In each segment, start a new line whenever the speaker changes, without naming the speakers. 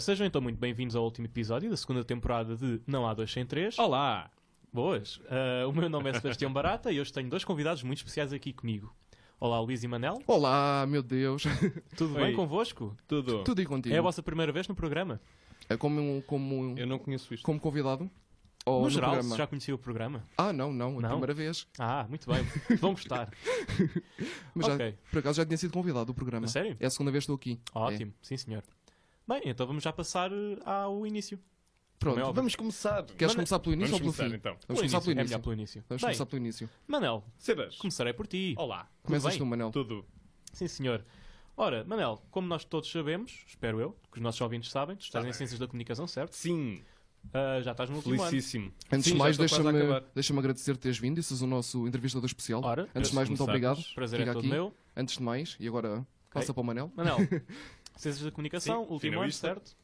Sejam então muito bem-vindos ao último episódio da segunda temporada de Não Há Dois Sem Três.
Oh.
Olá!
Boas! Ah, o meu nome é Sebastião Barata e hoje tenho dois convidados muito especiais aqui comigo. Olá, Luís e Manel.
Olá, meu Deus.
Tudo
Oi.
bem convosco?
Tudo.
Tudo e contigo.
É a vossa primeira vez no programa?
É como, um- como, um-
Eu não conheço isto.
como convidado? Ou
no geral,
programa?
se já conhecia o programa?
Ah, não, não. É
Não?
a primeira vez.
Ah, muito bem. Vão gostar.
Mas já-
Ok.
por acaso já tinha sido convidado o programa.
A sério?
É a segunda vez que estou aqui.
Ótimo, sim senhor. Bem, então vamos já passar eh, ao início.
É. Pronto.
Como é óbvio.
Vamos começar.
Queres
Mano,
começar pelo início
Vamos
ou pelo
começar
fim?
então.
Vamos começar pelo
É
início.
melhor pelo início.
Vamos
bem,
começar Oh. pelo início.
Manel,
Sebas.
começarei por ti.
Olá.
Começas
bem.
tu, Manel.
Tudo.
Sim, senhor. Ora, Manel, como nós todos sabemos, espero eu, que os nossos ouvintes sabem, tu estás
Tá
em
bem.
Ciências da Comunicação, certo?
Sim.
Ah, já estás no último ano.
Felicíssimo.
Antes
Sim,
de
já
mais,
estou quase a
deixa-me
acabar.
deixa agradecer por teres vindo. Esse é o nosso entrevistador especial.
Ora,
Antes
antes
de mais,
de
muito obrigado.
começarmos,
Prazer
Fica
é todo
aqui.
meu.
Antes de mais, e agora passa para o Manel.
Manel, Ciências da Comunicação,
Sim,
último ano,
finalista.
certo?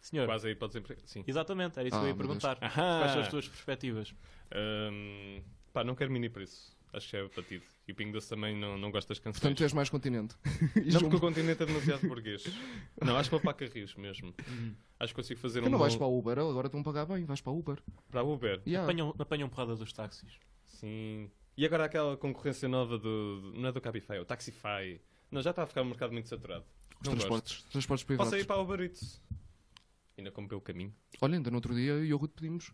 Senhor,
Quase aí para o desemprego. Sim.
exatamente, era isso
Ah,
que eu ia
meu Deus.
perguntar.
Ahá.
Quais são as tuas perspectivas?
Ahm, pá, não quero mini preço. Acho que é batido. E o Pingo Doce também não, não gosta das canções.
Portanto, tu és mais continente. E
não,
João-
porque o continente é demasiado burguês. Não, acho que vou para Carris mesmo.
Hum.
Acho que consigo fazer
Tu
um
não
bom...
vais para a Uber, agora estão a pagar bem, vais para a Uber.
para a Uber.
Yeah.
Apanham, apanham porrada dos táxis.
Sim. E agora aquela concorrência nova do... Não é do Cabify, é o Taxify. Não, já está a ficar um mercado muito saturado.
Os
não gosto.
transportes, transportes privados.
Posso ir para a Uber Eats. Ainda comprei o caminho.
Olha, ainda no outro dia eu e o Ruth pedimos.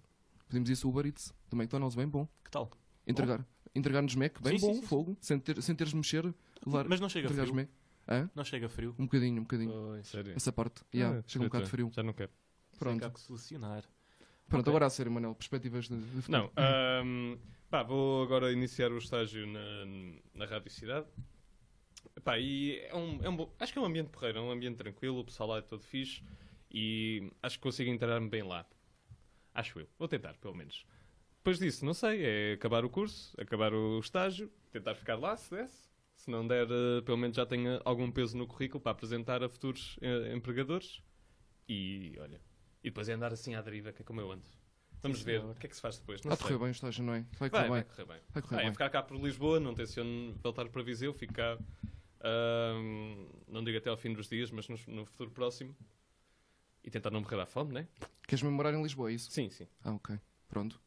Pedimos isso ao Uber Eats. Também McDonald's bem bom.
Que tal?
Entregar. Entregar-nos Mac, bem
Sim, sim,
bom,
sim, sim.
fogo. Sem, ter, sem teres de mexer, levar.
Mas não chega
entregares
frio.
Mac. Hã?
Não chega frio.
Um bocadinho, um bocadinho.
Sério?
Essa parte. Yeah,
Ah,
chega um bocado de frio.
Já não quero.
Pronto.
Pronto,
Há que solucionar.
Pronto
um Ok.
agora a sério, Manel. Perspectivas de, de futuro.
Não, ahm, pá, vou agora iniciar o estágio na, na Rádio Cidade. Pá, e é um, é um bo- acho que é um ambiente porreiro, é um ambiente tranquilo, o pessoal lá é todo fixe e acho que consigo entrar-me bem lá. Acho eu. Vou tentar, pelo menos. Depois disso, não sei, é acabar o curso, acabar o estágio, tentar ficar lá, se desse. Se não der, eh, pelo menos já tenho algum peso no currículo para apresentar a futuros eh, empregadores. E, olha, e depois é andar assim à deriva, que é como eu ando. Vamos
Sim,
ver
senhor.
o que é que se faz depois. Não
Está a
sei.
correr bem o estágio, não é?
Vai,
Vai correr
vai
bem.
correr bem.
Vai correr
Ah, é
bem.
ficar cá por Lisboa, não tenciono voltar para Viseu, ficar, ahm, não digo até ao fim dos dias, mas no, no futuro próximo. E tentar não morrer à fome, né?
Queres memorar em Lisboa, é isso?
Sim, sim.
Ah, ok. Pronto.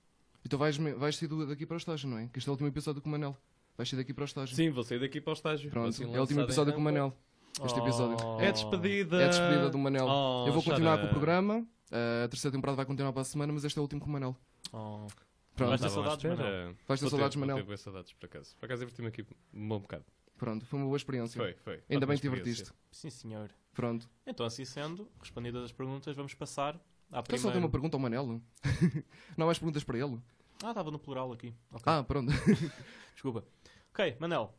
Então vais, me- vais sair do- daqui para o estágio, não é? Que este é o último episódio com o Manel. Vais sair daqui para o estágio.
Sim, vou sair daqui para o estágio.
Pronto,
Assim,
é o
lançado
último
em
episódio com o
rampa.
Manel. Este episódio.
Oh,
É a despedida.
É a despedida do Manel.
Oh,
Eu vou continuar
chora.
com o programa. Uh, a terceira temporada vai continuar para a semana, mas este é o último com o Manel.
Oh.
Pronto,
Vais ter
Estavam à
saudades,
espera.
Vais ter
Vou
saudades,
vou
Manel?
ter boas saudades, por acaso. Por acaso diverti-me aqui um bom bocado.
pronto, foi uma boa experiência.
Foi, foi.
Ainda
Ótima
bem que te divertiste.
experiência.
Sim, senhor.
Pronto.
Então, assim sendo, respondidas as perguntas, vamos passar à
Então só
primeira.
tem uma pergunta ao Manel. não há mais perguntas para ele?
Ah, estava no plural aqui. Ok.
Ah, pronto.
Desculpa. Ok, Manel.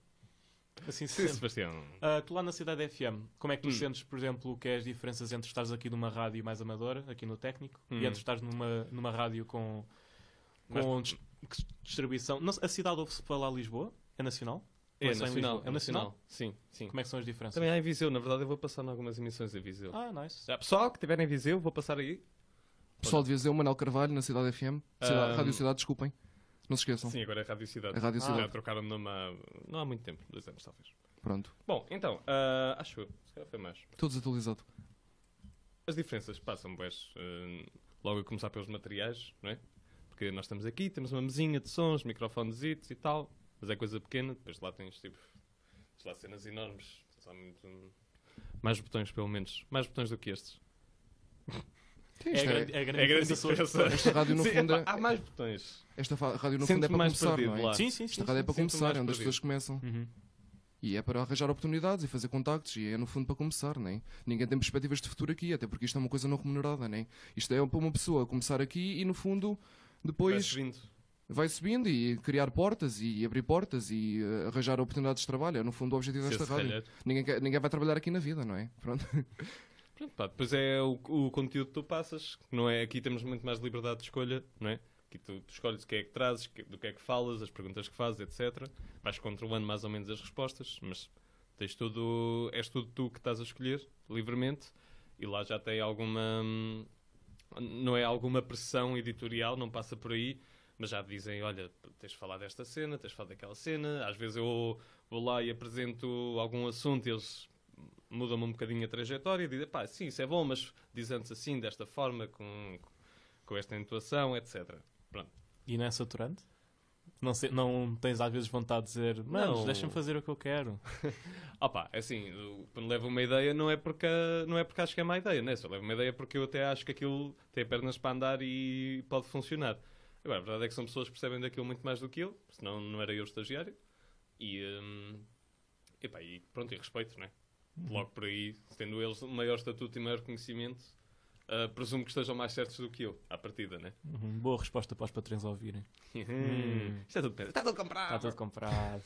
Assim
Sim,
sendo.
Sebastião.
ah, tu lá na cidade FM, como é que tu
Hum.
sentes, por exemplo, que é as diferenças entre estares aqui numa rádio mais amadora, aqui no técnico,
Hum.
e entre estares numa, numa rádio com,
Mas-
com dis- que- distribuição? Não sei, a cidade ouve-se para lá Lisboa? É nacional?
É
Ou só em
nacional.
Lisboa? É nacional?
Sim, sim.
Como é que são as diferenças?
Também é há em Viseu. Na verdade, eu vou passar em algumas emissões em Viseu.
Ah, nice.
Já, pessoal que estiver em Viseu, vou passar aí.
Pessoal de Viseu, Manel Carvalho, na Cidade FM. Cidade-
Ahm.
Rádio Cidade, desculpem. Não se esqueçam.
Sim, agora é Rádio Cidade.
A Rádio
Ah.
Cidade.
Já trocaram de nome há, não há muito tempo, dois anos talvez.
Pronto.
Bom, então, ah, acho eu, se calhar foi mais.
Estou desatualizado.
As diferenças passam, pois, logo a começar pelos materiais, não é? Porque nós estamos aqui, temos uma mesinha de sons, microfones e tal, mas é coisa pequena, depois lá tens tipo, tens lá cenas enormes, tens lá muito, hum, mais botões pelo menos, mais botões do que estes.
É,
Sim,
a
isto é-
grande, é a grande
é a grande
diferença. sobre-
diferença.
Esta rádio, no
Sim,
fundo,
epá,
é-
há mais botões.
Esta fa- rádio, no
Sinto-me
fundo, é para
mais
começar,
perdido
não é?
lá.
Sim, sim, sim.
Esta rádio é para
Sinto-me
começar,
mais
é onde as
perdido.
pessoas começam.
Uhum.
E é para arranjar oportunidades e fazer contactos, e é no fundo para começar, nem Ninguém tem perspectivas de futuro aqui, até porque isto é uma coisa não remunerada, nem Isto é para uma pessoa começar aqui e no fundo
Vai
depois
subindo.
vai subindo e criar portas e abrir portas e eh, arranjar oportunidades de trabalho. É no fundo o objetivo
Se
desta
esse
rádio.
calhar.
Ninguém, quer- ninguém vai trabalhar aqui na vida, não é? Pronto.
Pronto, pá, depois é o, o conteúdo que tu passas, que não é? Aqui temos muito mais liberdade de escolha, não é? Aqui tu, tu escolhes o que é que trazes, que- do que é que falas, as perguntas que fazes, etc. Vais controlando mais ou menos as respostas, mas tens tudo, és tudo tu que estás a escolher, livremente, e lá já tem alguma. hum, Não é alguma pressão editorial, não passa por aí, mas já te dizem: olha, tens de falar desta cena, tens de falar daquela cena. Às vezes eu vou lá e apresento algum assunto e eles muda-me um bocadinho a trajetória e diz, pá, sim, isso é bom, mas dizendo-se assim, desta forma, com, com esta intuação, etc. Pronto.
E não é saturante? Não, sei- não tens às vezes vontade de dizer, mas
Não.
deixa-me fazer o que eu quero.
Opa, é assim, eu- quando levo uma ideia não é porque, não é porque acho que é má ideia, né? Só levo uma ideia porque eu até acho que aquilo tem pernas para andar e pode funcionar. Agora, a verdade é que são pessoas que percebem daquilo muito mais do que eu, senão não era eu o estagiário. E, hum, epá, e pronto, e respeito, né?
Uhum.
Logo por aí, tendo eles um maior estatuto e maior conhecimento, ah, presumo que estejam mais certos do que eu, à partida, né?
Uhum, Boa resposta para os patrões ouvirem.
Hum. Isto é tudo pedra. Está tudo comprado!
Está tudo comprado.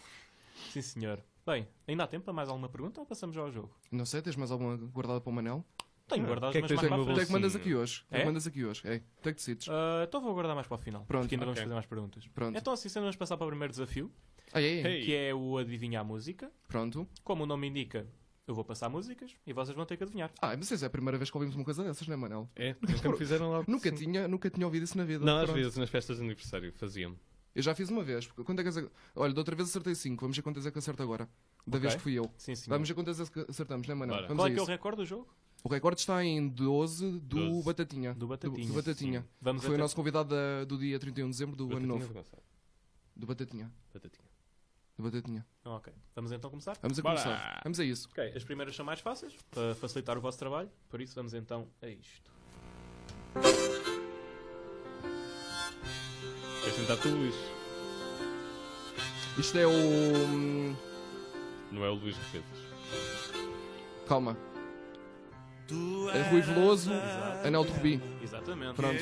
Sim, senhor. Bem, ainda há tempo para mais alguma pergunta ou passamos já ao jogo?
Não sei, tens mais alguma guardada para o Manel?
Tenho
Ah,
guardadas,
o que é
mas
que
mais
tens
para
no
a
Tu é
frente.
que mandas aqui hoje. Tu é
É?
que mandas aqui hoje. É, tu é que decides.
Ah, então vou guardar mais para o final.
Pronto,
Porque ainda vamos
ok.
fazer mais perguntas.
Pronto.
Então, assim, vamos passar para o primeiro desafio,
Ai, ai, ai.
Ei.
que é o adivinhar a música.
Pronto.
Como o nome indica, eu vou passar músicas e vocês vão ter que adivinhar.
Ah, mas isso é a primeira vez que ouvimos uma coisa dessas, não é, Manel?
É, nunca me fizeram lá.
Nunca tinha, nunca tinha ouvido isso na vida.
Não, às
Pronto.
vezes nas festas de aniversário faziam.
Eu já fiz uma vez. porque Quanto é que ac- Olha, da outra vez acertei 5. Vamos ver quantas é que acerto agora. Da
Ok.
vez que fui eu.
Sim, senhor.
Vamos ver quantas é que acertamos, não é, Manel?
Bora.
Vamos
Qual
a
é que é o
isso.
recorde do jogo?
O recorde está em 12 do
12.
Batatinha.
Do Batatinha,
Do, Batatinha. Que
Vamos
Foi o
até-
nosso convidado da- do dia 31 de dezembro do ano
Batatinha
novo.
do Gonçalo.
Do Batatinha.
Batatinha.
Do Batatinha.
Ah, ok. Vamos então começar?
Vamos a
Bora.
começar. Vamos a isso.
Ok, as primeiras são mais fáceis, para facilitar o vosso trabalho, por isso vamos então a isto.
Queres tentar tu, Luís?
Isto é o. hum,
Não é o Luís Requetes.
Calma. É Rui Veloso,
Exato.
Anel de Rubi.
Exatamente.
Pronto.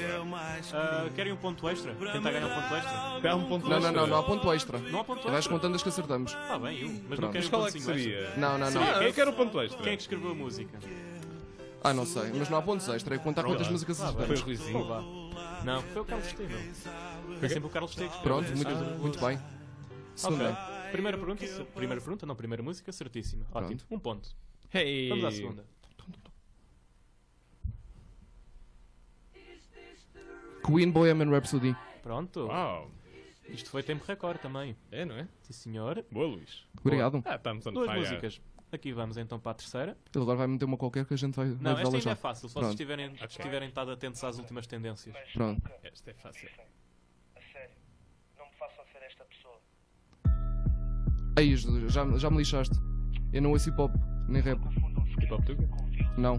Ah, querem um ponto extra? Tentar ganhar um ponto extra?
Dá um ponto
Não, não, não, não há ponto extra.
Não há ponto
Vais
extra?
contando as que acertamos.
Está bem, eu. Mas não querem
Pronto.
Mas
um
qual
ponto
é que
cinco extra?
seria?
Não, não, não.
Seria-
Ah, eu quero um ponto extra.
Quem é que escreveu a música?
Ah, não sei. Mas não há pontos extra. É contar quantas
Pronto.
músicas
Ah, bem.
Foi
acertamos.
o Ruizinho.
Oh, vá. Não, foi o Carlos T, não. Foi sempre o Carlos T que escreveu.
Pronto,
Ah,
muito, muito bem.
Ok.
Segunda.
Primeira pergunta, cer- primeira pergunta, não, primeira música, certíssima. Ótimo. Um ponto.
Hey.
Vamos à segunda.
Queen Bohemian Rhapsody.
Pronto.
Uau.
Isto foi tempo recorde também.
É, não é?
Sim, senhor.
Boa, Luís.
Obrigado.
Ah, estamos on
Duas
fire.
músicas. Aqui vamos então para a terceira.
Ele agora vai meter uma qualquer que a gente vai,
Não,
vai
esta
vê-la
ainda
já.
é fácil, se vocês
Pronto.
estiverem, estiverem estado atentos às últimas tendências.
Pronto.
Esta é fácil.
A sério, não me façam ser esta pessoa.
Aí, já, já me lixaste. Eu não ouço hip hop, nem rap.
Confundam-se
Hip Hop Tuga?
Não.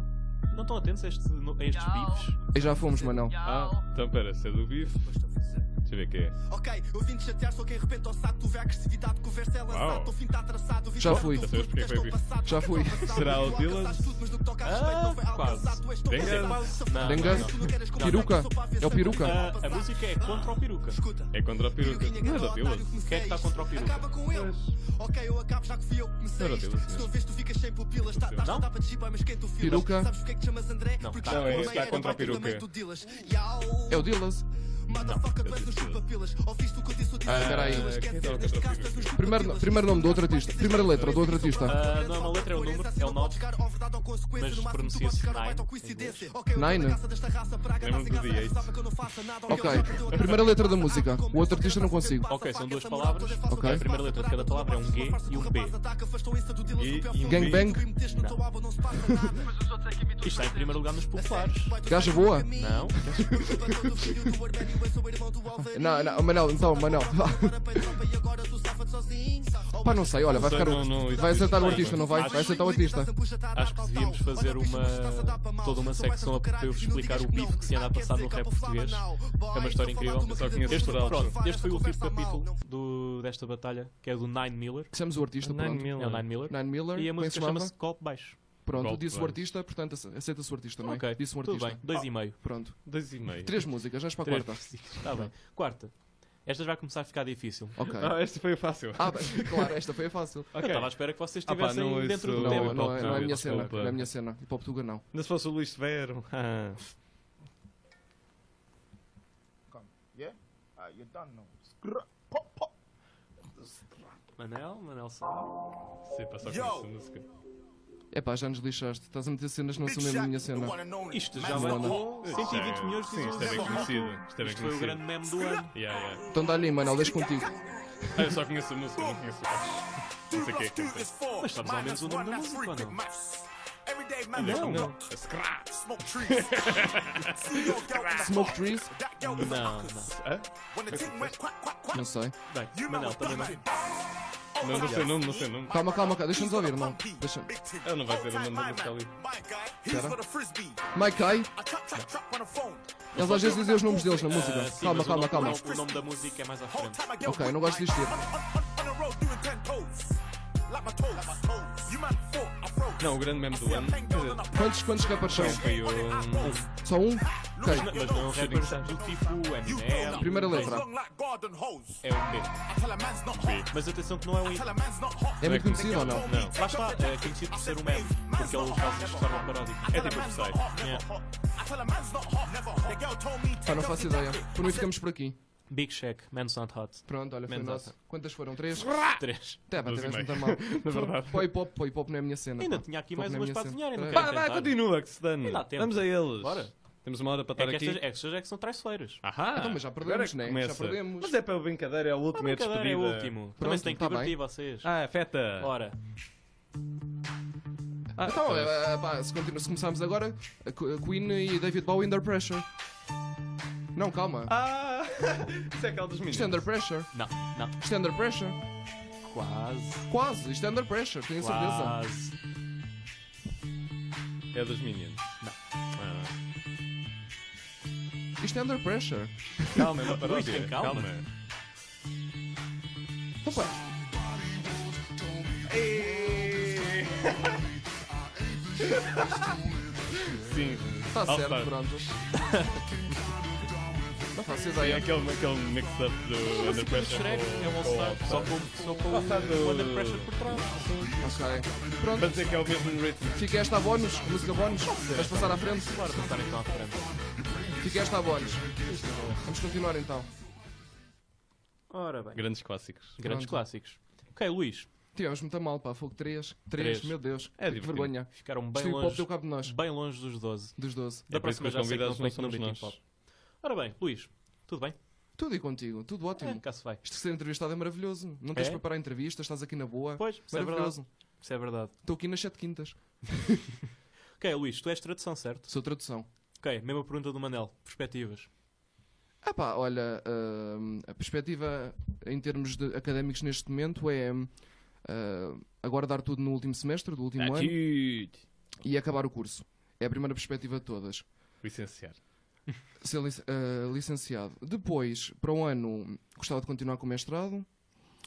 Não estão atentos a, este- a estes bifes?
Aí já fomos, Manel.
Ah, então pera, se é do bife. Deixa eu ver quem é.
Ok, eu vim te chatear, sou quem arrebenta ao saco. Tu vê a agressividade, conversa é lançada.
Uau.
O fim está traçado. o vídeo
Já
é
fui.
do
Já
sabes
futuro,
porque
tens
foi
teu
visto.
passado,
Já
nunca
fui.
alcançado.
Será o
Tu
Dylan?
alcançaste tudo, mas no que toca a respeito não foi
Ah, quase.
alcançado. Tu és tão
Dengas?
reservado, sou
Não,
Dengas?
não, não.
Tu não queres conversar,
Peruca?
sou para ver
É o
sempre
Peruca?
que
Ah,
vai
a
passar.
música é contra o peruca.
Escuta.
É contra a peruca.
Peruquinha,
Não é
grande
da peruca.
otário, comecei
Quem é que está
isto.
contra o peruca?
Acaba com ele. Ok, eu acabo já que fui eu que comecei
Era
isto.
dele, senhor.
Se não vês, tu ficas sem pupilas. Tá- Estás a
Não?
dar para desgibar, mas quem tu filas?
Peruca?
Sabes porque é que te chamas André?
Não,
Porque
tá.
já
Não,
é,
formei
está
era
contra a
praticamente
peruca.
o Dilas. Yau.
É o Dillas.
Motherfucker, tu és um chupa-pilas. Ouviste o que eu disse, eu disse
Ah, espera aí.
chupa-pilas. Quer
Quem
é
dizer,
toca
neste
outra
caso,
peruca?
tu és um
Primeiro,
chupa-pilas.
primeiro nome do outro artista. Primeira letra do outro artista.
Ah, não é uma letra, é um número, é o 9. mas pronuncia-se nine,
Nine?
Lembro-me do
é
The Eight.
Ok. A primeira letra da música. O outro artista não consigo.
Ok, são duas palavras.
é
Ok.
A primeira letra de cada palavra é um G e um B.
E, e um
Gangbang.
Isto está em primeiro lugar nos populares.
é Gaja boa.
Não?
Não, não, Manel, então, Manel. Pá, não sei, olha, vai
Não sei,
ficar.
não, não,
o-
isso-
Vai acertar o
isso-
artista, não vai? Vai acertar o artista.
Acho que devíamos fazer uma toda uma secção para eu explicar o bife que se anda a passar no rap português. É uma história incrível.
só conheço
Este,
por alto.
pronto, este foi o último capítulo do- desta batalha, que é do Nine Miller.
Dissemos o artista, pronto.
É o Nine Miller.
Nine Miller.
E a
como é que
música
se chamava?
chama-se Golpe Baixo.
Pronto,
Golpe
disse o
Baixo.
artista, portanto, ace- aceita-se o artista, não é?
Ok,
Disse um
tudo
artista.
bem. Dois e meio.
Pronto.
Dois e meio.
Três músicas, vamos para a
Três
quarta.
versículos. Está bem. Quarta. Estas vai começar a ficar difícil.
Ok.
Ah, este foi o fácil.
Ah, bem, claro, esta foi fácil.
Eu
Ok.
estava à espera que vocês
Ah pá,
estivessem
não,
dentro do
isso-
Não,
tema.
não, não, é, não é a minha cena,
Desculpa.
não é a minha cena. E para o Portuga, não.
Ainda se fosse o Luís Severo. Ah.
Yeah? Uh, you don't know.
Manel, Manel Sá.
Sei passar com essa música.
É pá, já nos lixaste. Estás a meter cenas que não são mesmo a minha cena.
Isto já vai com 120 milhões de
Sim, isto é bem
visualizações.
conhecido. Isto é bem
Isto foi o
conhecido.
grande meme do ano.
Yeah, yeah.
Então dá-lhe aí, mano, deixa contigo.
Ah, eu só
Ah,
conheço a música, não conheço o resto. Não sei quem é que canta.
Mas sabes ao menos o nome da música ou não?
day, man.
Não,
Smoke
não.
Smoke trees. See your girl in the
Smoke
park.
trees?
That girl was a
Não,
ruckus.
não. Hã?
When the thing went quack, quack, quack,
Não sei.
Bem,
you
mas
man
não,
was
também não.
ducking.
Não, não sei o nome, não sei o nome.
Calma, calma, calma. Deixa-nos ouvir, não. Deixa...
Oh, Big team.
Ela não vai dizer o
Hold
nome da
tight,
música
my
ali.
man. My guy, he's
Espera.
got a frisbee.
Mike Kai.
I trap, trap, trap on the phone.
Eles às vezes dizem os nomes deles na música.
Ah, sim,
calma,
mas o
calma,
nome-
calma.
O nome da música é mais à
Whole
frente.
time I get
Ok,
with
não gosto
my-
disto.
On- on- on- on the road doing ten toes. Like my toes. You man thought I froze.
Não, o grande meme do ano.
Ten girls on
Quer
the
dizer,
Quantos, quantos rappers são?
foi o.
Só um? Ok.
Mas não é um rapper do tipo Eminem.
Primeira
É
letra.
Long like garden hose.
É
um
o B.
I tell a man's not hot.
Mas atenção que não é um I.
Tell a man's not hot.
É muito conhecido ou não?
Não, lá está, é conhecido por ser um meme,
é
porque ele faz isto de forma paródica. É tipo o Psy. Yeah.
Pá, não faço ideia. Por mim ficamos por aqui.
Big Shack, Man's Not Hot.
Pronto, olha, foi
Menos
nossa. Quantas foram? Três?
3.
Até, pá,
Doze e
tiveste muito
meio.
mal.
Na verdade.
Põe hip-hop, põe hip-hop não é a minha cena.
Ainda
pá.
tinha aqui
Hip-hop
mais
não é a
umas
minha
para
cena.
adivinhar, ainda
Peraí.
quero. Vai, vai, continua, continua, que se dane.
Ainda há tempo.
Vamos a eles.
Bora.
Ttemos uma hora para
É
estar
que
aqui. Ah,
estas, estas é que são traiçoeiras.
Ahá,
Então, mas já perdemos,
agora
né?
começa.
Já perdemos.
Mas é para brincadeira, é o
A
último, é a
brincadeira é o
despedida.
último.
Pronto,
Também se tem que
tá
divertir
bem.
vocês.
Ah, afeta.
Ora,
Ah,
Então, eh, pá, se, continu- se começarmos agora, a Qu- a Queen e David Bowie Under Pressure. Não, calma.
Ah, isso é aquele dos meninos.
Isto é Under Pressure.
não, não,
Isto é Under Pressure.
quase,
Quase, isto é Under Pressure, tenho certeza.
quase.
É dos meninos.
Não.
Ah,
Isto é Under Pressure.
calma, é uma
Luís,
paródia.
tem calma.
Então, pá,
Ei. Sim.
está
Ah,
Tá certo,
pá.
pronto. Não faço
Tem
é
ideia.
aquele, aquele mix-up do Under Pressure.
Shrek é um all-star,
com-
só com, só com
Passado-
o Under Pressure por trás.
Ok.
Para
Pronto,
dizer que é o mesmo ritmo.
fica esta a bónus, música bónus.
Tá
Vais passar à frente?
Bora passar então à frente.
Fica esta a bónus. Vamos continuar então.
Ora bem,
Grandes clássicos.
grandes
Pronto.
clássicos. Ok, Luís,
Tivemos muito a mal, pá. Fogo 3. 3,
Três.
meu Deus.
É
que
divertido.
vergonha.
ficaram bem
Isto o hip-hop
longe,
deu cabo de nós,
bem longe dos 12.
dos 12.
Da
É por isso que
próxima já sei
os
que não
convidados não
tenho
somos
número de
nós.
hip-hop. Ora bem, Luís, tudo bem?
Tudo e contigo, tudo
É,
ótimo.
cá se vai.
Isto de ser entrevistado é maravilhoso. Não tens
É?
de preparar entrevistas, estás aqui na boa.
Pois, isso é verdade.
maravilhoso.
Isso é verdade.
Estou aqui nas sete quintas.
Ok, Luís, tu és tradução, certo?
Sou tradução.
Ok, mesma pergunta do Manel. Perspectivas.
Ah pá, olha, hum, a perspectiva em termos de académicos neste momento é hum, agora dar tudo no último semestre, do último
Ah,
ano,
Atitude.
e acabar o curso. É a primeira perspectiva de todas.
Licenciar.
Ser lic- ah, licenciado. Depois, para um ano, gostava de continuar com o mestrado.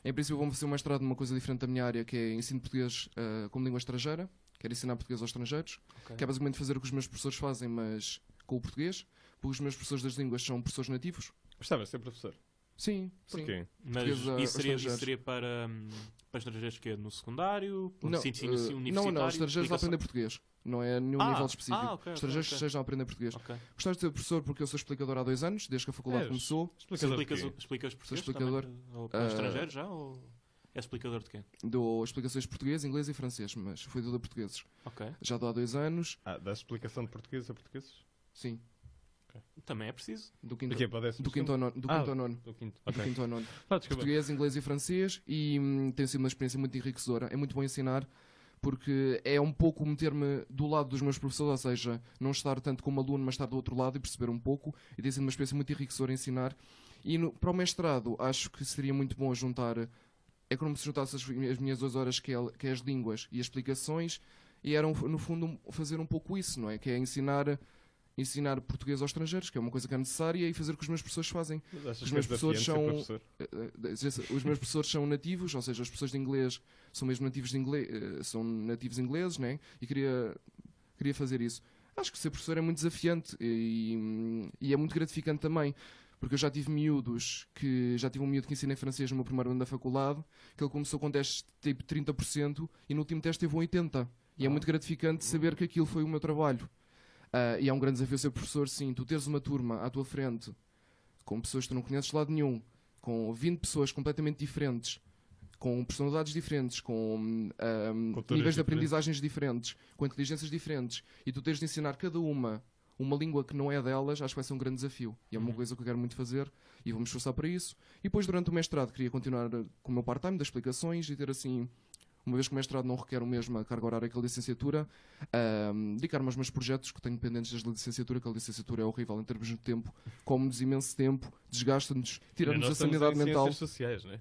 Em princípio, vou fazer um mestrado numa coisa diferente da minha área, que é ensino de português ah, como língua estrangeira. Quero ensinar português aos estrangeiros.
Ok.
Que é basicamente fazer o que os meus professores fazem, mas com o português. Porque os meus professores das línguas são professores nativos.
Gostava de ser professor.
Sim, sim.
Porquê?
Mas
Português a- aos
isso seria, isso
estrangeiros.
seria para, hum, para estrangeiros que é no secundário? No
Não,
ensino
eh,
assim um universitário?
não, não, os estrangeiros a
Explicação.
aprender português. Não é a nenhum
Ah,
nível específico.
ah, ok, ok,
estrangeiros
ok.
que estejam a aprender português.
Ok. É.
Gostava de ser professor porque eu sou explicador há dois anos, desde que a faculdade
És?
começou,
Explicador de
explicas,
quê?
o- explicas português
explicador.
também? Ou,
Ah.
ou estrangeiro já? Ou é explicador de quê?
dou explicações de português, inglês e francês, mas fui tudo a portugueses.
Ok.
Já dou há dois anos,
Ah, dá explicação de português a portugueses?
sim,
Também é preciso.
do quinto,
Do quê? Para o décimo
do quinto ao nono. Do
Ah,
quinto ao nono.
segundo? Do quinto.
Do
Ok.
quinto ao nono.
Ah, desculpa.
Português, inglês e francês e hum, tem sido uma experiência muito enriquecedora. É muito bom ensinar porque é um pouco meter-me do lado dos meus professores, ou seja, não estar tanto como aluno, mas estar do outro lado e perceber um pouco. E tem sido uma experiência muito enriquecedora ensinar. E no- para o mestrado, acho que seria muito bom juntar. É como se juntasse as, mi- as minhas duas horas, que é, que é as línguas e as explicações, e eram, no fundo, um- fazer um pouco isso, não é? Que é ensinar, ensinar português aos estrangeiros, que é uma coisa que é necessária, e fazer o que os meus professores fazem.
Mas achas
Os
que
meus
é
professores
desafiante ser
são-
professor?
Eh, eh, os meus professores são nativos, ou seja, os professores de inglês são mesmo nativos de inglês, eh, são nativos ingleses, né? E queria queria fazer isso. Acho que ser professor é muito desafiante e, e é muito gratificante também, porque eu já tive miúdos que já tive um miúdo que ensina em francês no meu primeiro ano da faculdade, que ele começou com testes de tipo 30% e no último teste teve um 80. E é muito gratificante saber que aquilo foi o meu trabalho. Ah, e é um grande desafio ser professor, sim. Tu teres uma turma à tua frente com pessoas que tu não conheces de lado nenhum, com 20 pessoas completamente diferentes, com personalidades diferentes, com hum, hum,
Culturas
níveis de
diferentes.
aprendizagens diferentes, com inteligências diferentes, e tu tens de ensinar cada uma uma língua que não é delas, acho que vai ser um grande desafio. E é uma coisa que eu quero muito fazer e vou-me esforçar para isso. E depois, durante o mestrado, queria continuar eh, com o meu part-time das explicações e ter assim uma vez que o mestrado não requer o mesmo a carga horária que a licenciatura, ahm, dedicar-me aos meus projetos que tenho pendentes da licenciatura, que a licenciatura é horrível em termos de tempo, come-nos imenso tempo, desgasta-nos, tira-nos
Nós
a
estamos em
sanidade mental.
Ciências sociais, né?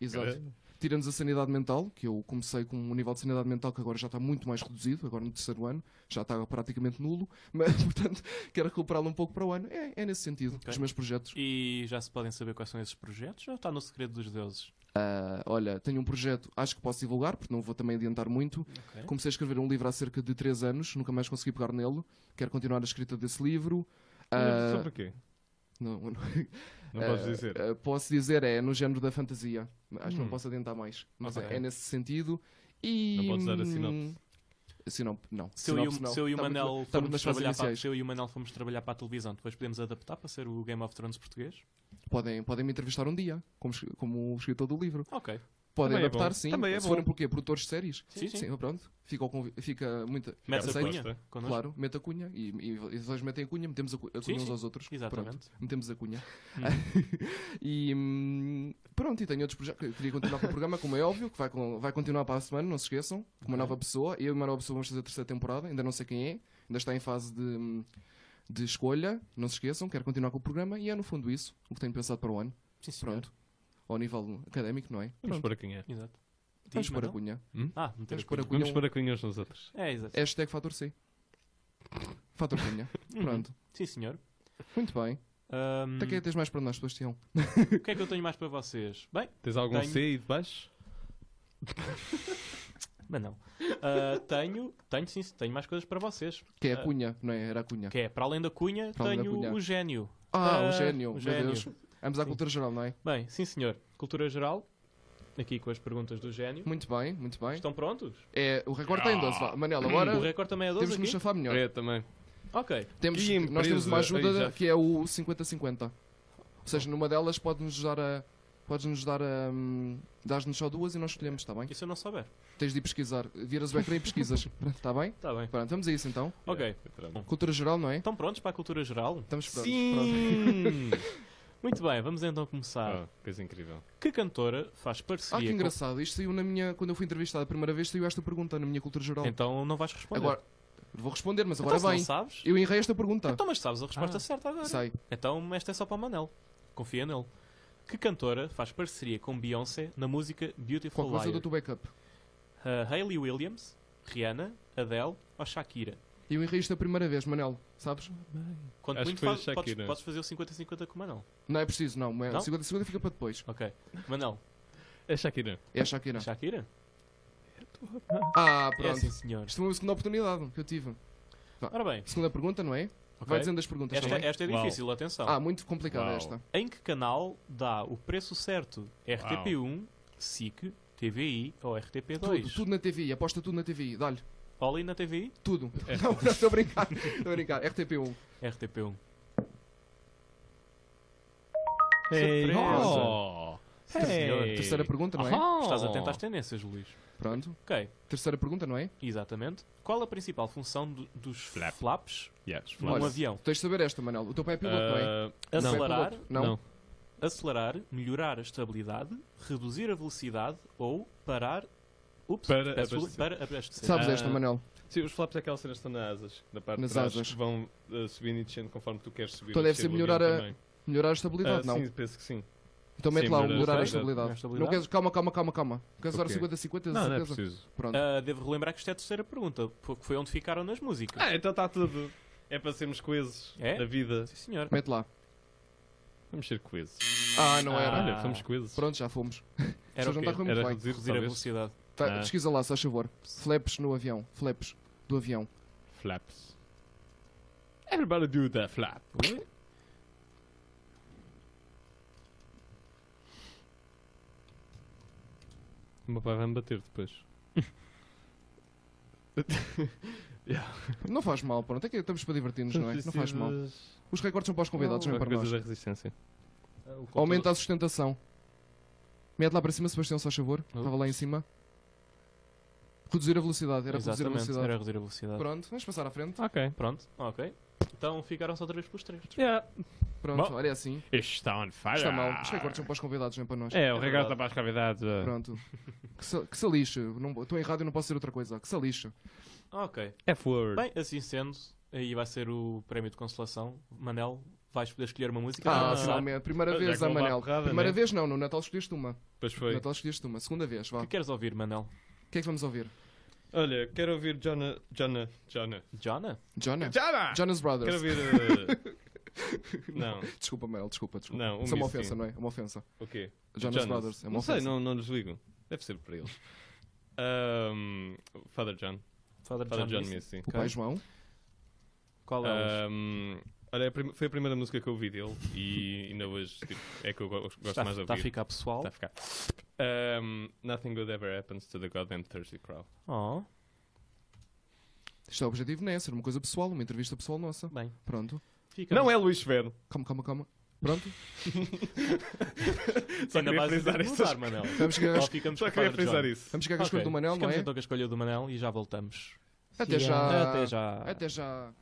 Exato.
Caralho.
Tira-nos a sanidade mental, que eu comecei com um nível de sanidade mental que agora já está muito mais reduzido, agora no terceiro ano, já está praticamente nulo, mas, portanto, quero recuperá-lo um pouco para o ano. É, é nesse sentido,
Ok.
os meus projetos.
E já se podem saber quais são esses projetos ou está no segredo dos deuses?
Ah, olha, tenho um projeto, acho que posso divulgar, porque não vou também adiantar muito.
Ok.
Comecei a escrever um livro há cerca de 3 anos, nunca mais consegui pegar nele. Quero continuar a escrita desse livro. Ah,
é Sobre o quê?
não, não,
Não
ah,
podes dizer.
ah, posso dizer, é no género da fantasia. Acho que
Hum.
não posso adiantar mais. Mas
Ok.
é, é nesse sentido. E.
Não podes dar a sinopse.
hum, sinop- não.
Se eu, e o-
Sinopse, não.
se eu e o
Está muito-
Manel
está muito
formos
nas fases
trabalhar para,
iniciais.
se eu e o Manel formos trabalhar para a televisão, depois podemos adaptar para ser o Game of Thrones português?
Podem, podem me entrevistar um dia, como, es- como escritor do livro.
Ok.
Podem
Também é
adaptar,
bom.
sim.
Também é
Se forem
bom.
porquê? Produtores de séries?
Sim, sim.
pronto. Fica, o convi- fica muita.
Metes a
aceito.
cunha
Claro.
connosco?
Claro, mete a cunha e, e, e vocês metem a cunha, metemos a, cu- a
Sim,
cunha uns
sim,
aos outros.
exatamente. Uhum.
Pronto, metemos a cunha. e hum, pronto, e tenho outros projetos. que Queria continuar com o programa, como é óbvio, que vai, con- vai continuar para a semana, não se esqueçam. Com uma nova pessoa. Eu e uma nova pessoa vamos fazer a terceira temporada, ainda não sei quem é, ainda está em fase de, hum, de escolha. Não se esqueçam, quero continuar com o programa e é no fundo isso o que tenho pensado para o ano.
Sim, senhor.
Pronto. Ao nível académico, não é?
Vamos para quem é.
Exato.
Vamos
Diz,
pôr a
Manel?
cunha.
Ah, meter
Vamos
a
pôr
cunha.
a cunha.
Vamos para quem uns nos outros.
É, exato.
Hashtag Fator C. Fator cunha. Pronto.
Sim, senhor.
Muito bem.
Ahm,
Até é que tens mais para nós, Sebastião.
O que é que eu tenho mais para vocês? Bem,
Tens algum
Tenho.
C aí de baixo?
mas não. Ah, tenho, tenho sim, tenho mais coisas para vocês.
Que é
Ah.
a cunha, não é? Era a cunha.
Que é, para além da cunha,
Para além da
tenho
cunha.
o gênio.
Ah,
Ah,
o gênio.
o
Meu
gênio.
Deus. Vamos à
Sim.
cultura geral, não é?
Bem, sim, senhor. Cultura geral, aqui com as perguntas do gênio.
Muito bem, muito bem.
Estão prontos?
É, o recorde tem 12. vá. Manel,
Ah. O
agora
recorde também é 12
temos que nos
aqui?
chafar melhor.
É, também.
Ok.
Temos,
Que
nós temos
empresa.
uma ajuda
Aí já-
que é o 50-50. Ou seja, numa delas podes-nos dar a. Podes-nos dar a. hum, Dás-nos só duas e nós escolhemos, está bem?
Isso eu não souber.
Tens de ir pesquisar. Viras o ecrã e pesquisas. Está bem?
Está Tá bem.
Pronto, vamos a isso então.
Ok.
Cultura geral, não é?
Estão prontos para a cultura geral?
Estamos prontos. Pronto.
Sim!
Muito bem, vamos então começar.
Ah, coisa incrível.
Que cantora faz
Ah, que
parceria com...
engraçado. Isto saiu na minha. Quando eu fui entrevistado a primeira vez, saiu esta pergunta na minha cultura geral.
Então não vais responder.
Agora, vou responder, mas
então,
agora
se
bem.
não sabes...
Eu Ah, errei esta pergunta.
Então, mas sabes a resposta certa agora.
Sei.
Então esta é só para o Manel. Confia nele. Que cantora faz parceria com Beyoncé na música Beautiful
Qual a coisa
Liar?
do teu backup?
Ah, Hayley Williams, Rihanna, Adele ou Shakira?
Eu errei isto a primeira vez, Manel, sabes?
Quanto
Acho
muito
que foi
faz-
a
podes,
Shakira.
podes fazer o 50-50 com o Manel.
Não é preciso, não.
Não?
A segunda, segunda fica para depois.
Ok. Manel,
É Shakira.
É a Shakira.
Shakira?
Ah,
É
pronto.
sim, senhor.
Isto foi uma segunda oportunidade que eu tive.
Ora bem,
Segunda pergunta, não é?
ok.
Vai dizendo as perguntas
esta,
também.
esta é
Uau.
difícil, atenção.
Ah, muito complicada
Uau.
esta.
Em que canal dá o preço certo? RTP1, SIC, TVI ou RTP2?
Tudo, tudo na TV, aposta tudo na TV. Dá-lhe.
Olhem na TVI,
Tudo.
É.
Não, não, estou a brincar. Estou a brincar. RTP1.
RTP1.
Surpresa!
oh,
Sim, senhor.
Terceira pergunta, não é?
Estás atento às tendências, Luís.
Pronto.
Ok,
Terceira pergunta, não é?
exatamente. Qual a principal função do- dos
Flap.
flaps
Yes,
num
Olha,
avião?
Tens de saber esta, Manel. O teu pai é piloto, não
Uh,
é?
Ah,
O teu pai é
Acelerar,
piloto? Não.
acelerar, melhorar a estabilidade, reduzir a velocidade ou parar... Ups,
Para
peço desculpa,
abastecer.
para abastecer.
Sabes
Ah,
esta, Manel?
Sim, os flaps é aquela cena que estão nas asas, na parte
Nas
de trás,
asas.
que vão ah, subindo e descendo conforme tu queres subir.
Então
e
deve
descer o
ser melhorar
avião
a-
também.
Melhorar a estabilidade,
uh,
Ah,
não.
Sim, penso que sim.
Então mete
Sim,
lá o
melhorar a
melhorar a
estabilidade.
estabilidade.
Melhorar a estabilidade.
Não queres, calma, calma, calma, calma. Queres
O
agora
quê?
50-50?
Não, não é
certeza?
preciso.
Pronto.
Ah, devo relembrar que isto é a terceira pergunta, porque foi onde ficaram nas músicas.
Ah, então está tudo. É para sermos coesos
É?
na vida.
Sim, senhor.
Mete lá.
Vamos ser coesos.
Ah, não era.
Olha, fomos coesos.
Pronto, já fomos.
Era
Só
o
não
quê?
está com-
Era
Muito bem.
reduzir,
Reduzir a
talvez.
velocidade.
Tá,
Ah.
Pesquisa lá, se faz favor. Flaps no avião. Flaps do avião.
Flaps. Everybody do the flap. O meu pai vai-me bater depois.
Não faz mal, pronto. É que estamos para divertir-nos, não é? Não faz mal. Os recordes são para os convidados, não é para nós.
da resistência.
Aumenta a sustentação. Mete lá para cima, Sebastião, se faz favor. Estava lá em cima. Reduzir a velocidade. Era reduzir a
Exatamente,
velocidade.
era reduzir a velocidade.
Ah,
Pronto, vamos passar à frente.
Ok.
Pronto, ok. Então ficaram só outra vez pelos três.
Yeah.
Pronto,
Bom. Ah.
olha assim.
Este está on fire.
Está mal. Isto é cortes são para os convidados, não é para nós.
É, o
É
Ricardo
verdade.
está para as cavidades. é.
Pronto. Que se, que se lixe. Não- Estou em rádio, não posso ser outra coisa. Que se lixe.
Ok.
É forward.
Bem, assim sendo, aí vai ser o prémio de consolação. Manel, vais poder escolher uma música.
Ah,
para começar.
finalmente. Primeira
Já
vez,
que não
a
dá
Manel.
porrada,
Primeira
né?
vez não, no Natal escolheste uma.
Pois
No
foi.
Natal escolheste uma. Segunda vez,
O
vá.
que queres ouvir, Manel?
O que é que vamos ouvir?
Olha, quero ouvir Jana. Jana. Jana.
Jana?
Jonah?
Jana!
Jonas
Quero
Brothers.
ouvir. eh, não,
Desculpa, Manel, desculpa, desculpa.
não. Um
Isso é uma
misto,
ofensa,
sim.
não é? É uma ofensa.
O quê?
Jonas Brothers, é uma
não sei,
ofensa.
não, não desligo. Deve ser para eles. Ahm, Father John.
Father,
Father John, Ah,
Missy.
Missy.
O pai João?
Qual é o
Ahm, olha, é a prim- foi a primeira música que eu ouvi dele e ainda hoje tipo, é que eu go- gosto
Está,
mais de
está a
ouvir.
ficar pessoal.
Está a ficar. Ahm, nothing good ever happens to the goddamn Thursday crowd.
Oh,
Isto é o objetivo, não é? Ser uma coisa pessoal, uma entrevista pessoal nossa.
bem.
Pronto.
Fica
Não é Luís Vero.
Calma, calma, calma. Pronto.
Só
Ainda
queria
vais
frisar
mudar,
estas-
Manel.
Vamos chegar,
Só ficamos
Só
com
queria
Father
frisar
John.
isso.
vamos chegar com a escolha
Ok,
do Manel, não
Ficamos
é?
então com a escolha do Manel e já voltamos.
então.
Até já.
Até já.
Até já.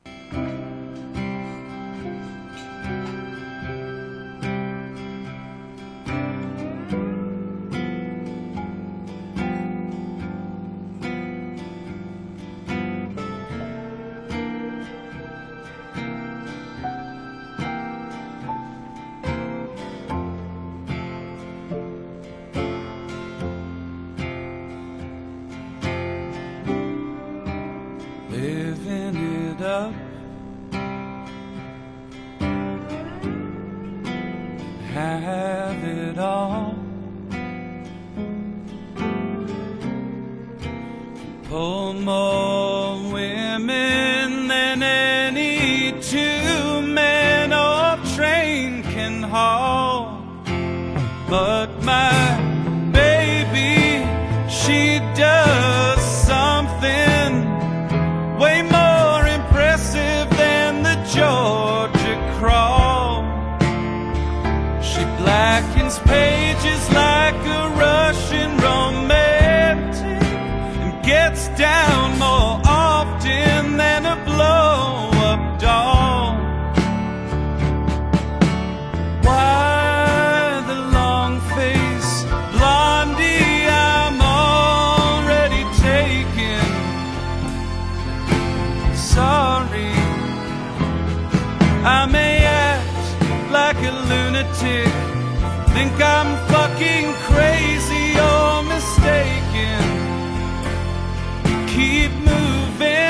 living it up. Have it all. Pull more women than any two men or train can haul. But my baby, she does something way more impressive than the Georgia crawl. She blackens pages like a Russian romantic and gets down more often than a blow up doll. Why the long face, Blondie? I'm already taken sorry. I may act like a lunatic, think I'm fucking crazy or mistaken. Keep moving.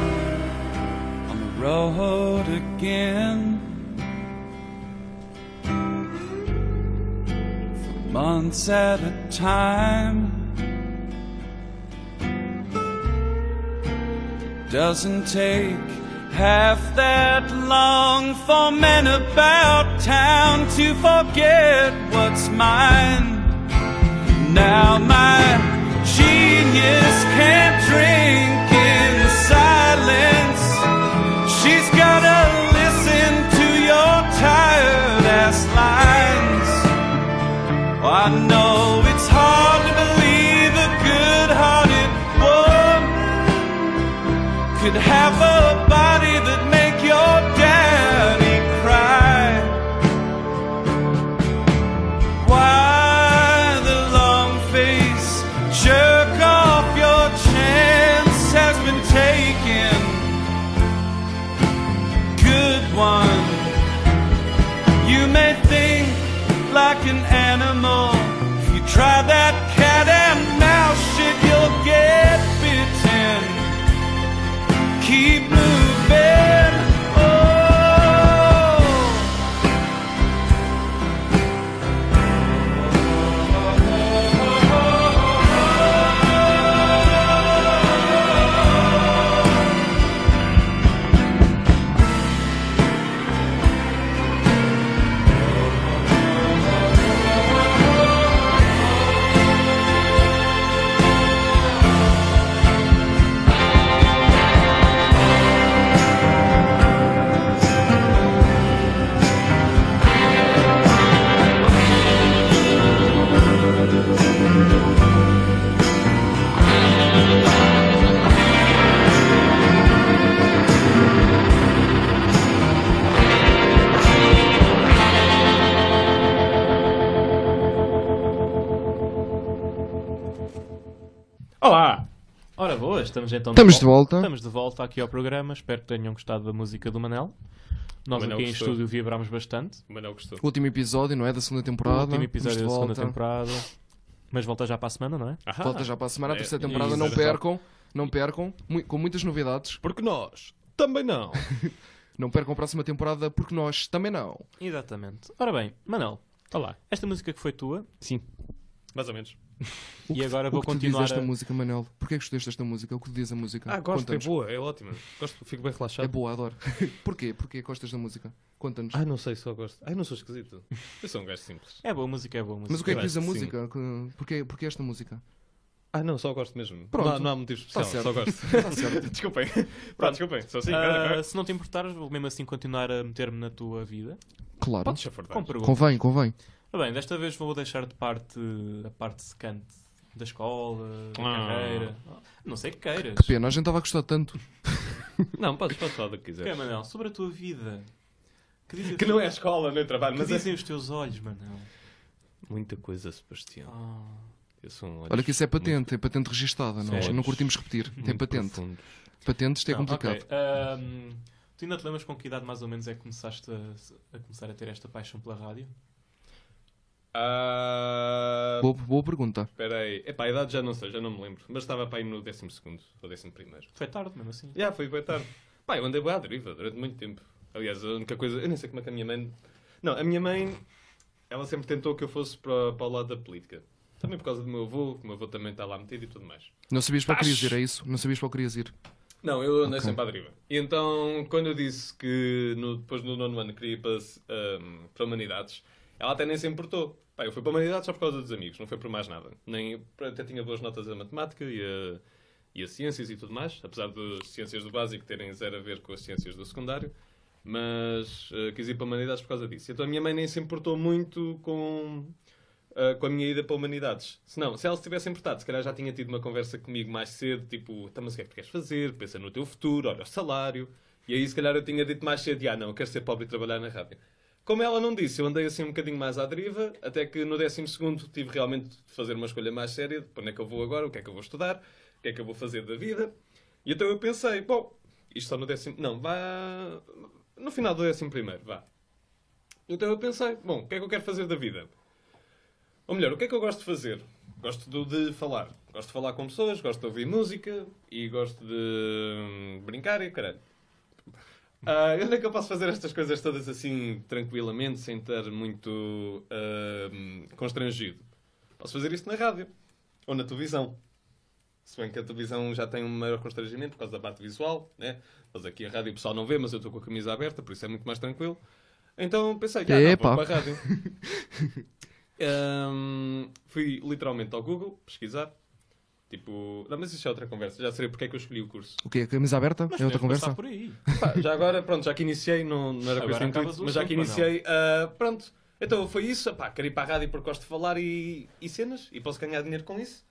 on the road again. For months at a time. Doesn't take half that long for men about town to forget what's mine. Now my genius can't drink in silence. She's gotta listen to your tired ass lines. I know it's hard to believe a good hearted woman could have a body that make your daddy cry. Why the long face? Jerk off, your chance has been taken. Good one. You may think like an animal. If you try that cat and mouse shit, you'll get bitten. Keep moving. Oh.
Olá! Ora boas, estamos então
Estamos de volta.
Estamos de volta aqui ao programa. Espero que tenham gostado da música do Manel. Nós
Manel
aqui em
gostou.
estúdio vibrámos bastante.
Manel gostou.
O último episódio, não é? Da segunda temporada.
O último episódio da
Estamos de
segunda
volta.
temporada. Mas volta já para a semana, não é?
Ah.
Volta já para a semana, a
É,
terceira
é
temporada.
isso,
Não
era só-
percam, não percam, mui- com muitas novidades.
Porque nós também não.
Não percam a próxima temporada, porque nós também não.
Exatamente. Ora bem, Manel,
Olá.
esta música que foi tua. Sim.
Mais ou menos.
O
E
que-
agora
o
vou
que te
continuar
diz esta
a-
música, Manel? Porquê é que escolheste esta música? O que te diz a música?
Ah, gosto,
Conta-nos.
é boa, é ótima. Gosto, fico bem relaxado.
É boa, adoro. Porquê? Porquê gostas da música? Conta-nos.
Ah, não sei, só gosto. Ah, não sou esquisito. Eu sou um gajo simples.
É boa música, é boa música.
Mas o que é que
eu
diz a
acho que
música? Que- Porquê, porquê esta música?
Ah, não, só gosto mesmo.
Pronto.
Não, há- não há motivo especial,
certo.
só gosto.
Está certo.
desculpem. Tá Pronto, desculpem. Sou assim, cara,
Ah,
cara.
se não te importares, vou mesmo assim continuar a meter-me na tua vida.
Claro.
Podes chafurdar.
Com perguntas.
Convém, convém.
Ah, Bem, desta vez vou deixar de parte a parte secante da escola, da
Ah.
carreira. Não sei que queiras.
Que pena, a gente estava a gostar tanto.
Não, podes, podes falar do que
Que é,
quiseres.
Manel? Sobre a tua vida. Que dizem,
Que não é escola, nem trabalho,
que
mas é...
dizem os teus olhos, Manel?
Muita coisa, Sebastião.
Ah,
Eu sou um
Olha que isso é
muito-
patente, é patente registada. Nós
Sim.
não curtimos repetir.
muito
É patente.
profundo.
Patente, isto é
não,
complicado.
ok. Ahm, tu ainda te lembras com que idade mais ou menos é que começaste a, a começar a ter esta paixão pela rádio?
Ah,
Boa, boa pergunta.
Espera aí. Epá, a idade já não sei, já não me lembro. Mas estava para aí no 12 segundo ou 11 primeiro.
Foi tarde mesmo assim.
Já, foi bem tarde. Pá, eu andei bem à deriva durante muito tempo. Aliás, a única coisa... Eu nem sei como é que a minha mãe... Não, a minha mãe... Ela sempre tentou que eu fosse para, para o lado da política. Também por causa do meu avô, que o meu avô também está lá metido e tudo mais.
Não sabias para o que querias ir, é isso? Não sabias para o que querias ir.
Não, eu andei
Ok.
sempre à deriva. E então, quando eu disse que no- depois do nono ano queria ir para, ahm, para Humanidades, ela até nem se importou. Pá, eu fui para Humanidades só por causa dos amigos, não foi por mais nada. Nem, até tinha boas notas a matemática e a, e a ciências e tudo mais, apesar das ciências do básico terem zero a ver com as ciências do secundário. Mas ah, quis ir para Humanidades por causa disso. Então a minha mãe nem se importou muito com, Uh, com a minha ida para Humanidades. Se não, se ela se tivesse importado, se calhar já tinha tido uma conversa comigo mais cedo, tipo, tá, mas o que é que tu queres fazer? Pensa no teu futuro, olha o salário. E aí, se calhar, eu tinha dito mais cedo, ah, não, eu quero ser pobre e trabalhar na rádio. Como ela não disse, eu andei assim um bocadinho mais à deriva, até que no 12 tive realmente de fazer uma escolha mais séria, de para onde é que eu vou agora, o que é que eu vou estudar, o que é que eu vou fazer da vida. E então eu pensei, bom, isto só no décimo... Não, vá... No final do décimo primeiro, vá. Então eu pensei, bom, o que é que eu quero fazer da vida? Ou melhor, o que é que eu gosto de fazer? Gosto do- de falar. Gosto de falar com pessoas, gosto de ouvir música e gosto de hum, brincar e o caralho. Ah, onde é que eu posso fazer estas coisas todas assim tranquilamente, sem estar muito hum, constrangido? Posso fazer isso na rádio ou na televisão. Se bem que a televisão já tem um maior constrangimento por causa da parte visual, né? Mas aqui a rádio o pessoal não vê, mas eu estou com a camisa aberta, por isso é muito mais tranquilo. Então pensei, já, não,
Epa.
vou para a rádio. Hum, fui literalmente ao Google pesquisar. Tipo, não, mas isso é outra conversa. Já sei porque é que eu escolhi o curso.
O quê? Camisa aberta? é outra
Podemos passar
conversa?
por aí.
Pá, já agora, pronto, já que iniciei, não, não era
Agora
coisa de
acabas
intuito,
o
mas já que
assunto, Manel.
iniciei, ah, pronto. Então foi isso, pá, quero ir para a rádio porque gosto de falar e, e cenas, e posso ganhar dinheiro com isso.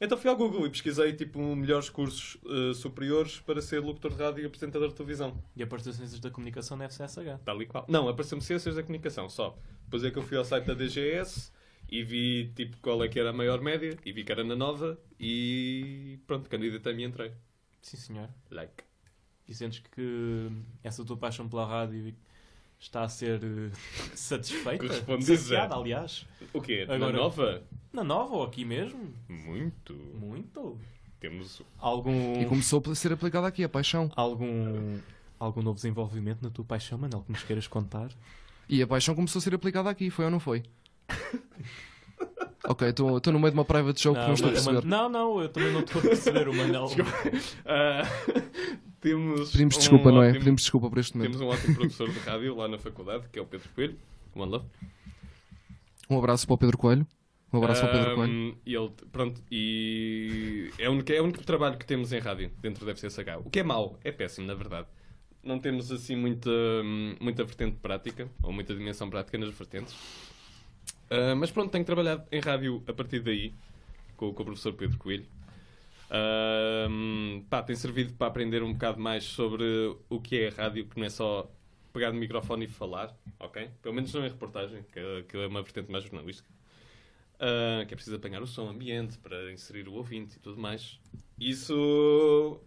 Então fui ao Google e pesquisei, tipo, melhores cursos ah, superiores para ser locutor de rádio e apresentador de televisão.
E a parte das ciências da comunicação na FCSH.
Tal e qual. Não, apareceu-me Ciências da Comunicação, só. Depois é que eu fui ao site da DGS e vi, tipo, qual é que era a maior média, e vi que era na Nova, e pronto, candidatei-me e entrei.
Sim, senhor.
Like.
E sentes que essa tua paixão pela rádio está a ser eh, satisfeita?
Correspondida.
Saciada, aliás.
O quê?
Agora-
Na Nova?
Na nova ou aqui mesmo?
Muito.
Muito.
Temos...
Algum.
E começou a ser aplicada aqui a paixão.
Algum. Algum novo desenvolvimento na tua paixão, Manel, que nos queiras contar?
E a paixão começou a ser aplicada aqui, foi ou não foi? ok, estou no meio de uma private show que não estou a
mas-
perceber.
não, não, eu também não estou a perceber o Manel.
Ah, temos...
Pedimos
um
desculpa, não é?
ótimo-
Pedimos desculpa por este momento.
Temos um ótimo professor de rádio lá na faculdade, que é o Pedro Coelho. One love.
Um abraço para o Pedro Coelho. Um abraço para o Pedro
Ahm,
Coelho.
E ele, pronto, e é o, único, é o único trabalho que temos em rádio dentro da FCSH. O que é mau, é péssimo, na verdade. Não temos assim muita, hum, muita vertente prática, ou muita dimensão prática nas vertentes. Ah, mas pronto, tenho trabalhado em rádio a partir daí, com, com o professor Pedro Coelho. Ahm, pá, tem servido para aprender um bocado mais sobre o que é rádio, que não é só pegar é no microfone e falar, ok? Pelo menos não em reportagem, que, que é uma vertente mais jornalística. ah, que é preciso apanhar o som ambiente para inserir o ouvinte e tudo mais. Isso,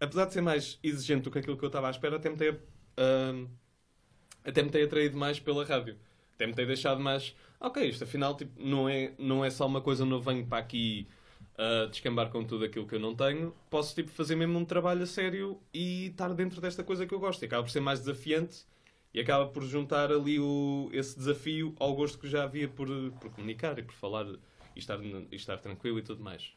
apesar de ser mais exigente do que aquilo que eu estava à espera, até me tem, ah, até me tem atraído mais pela rádio. Até me tem deixado mais, ok, isto afinal tipo, não, é, não é só uma coisa, não venho para aqui ah, descambar com tudo aquilo que eu não tenho. Posso tipo, fazer mesmo um trabalho a sério e estar dentro desta coisa que eu gosto. E acaba por ser mais desafiante e acaba por juntar ali o, esse desafio ao gosto que já havia por, por comunicar e por falar e estar, e estar tranquilo e tudo mais.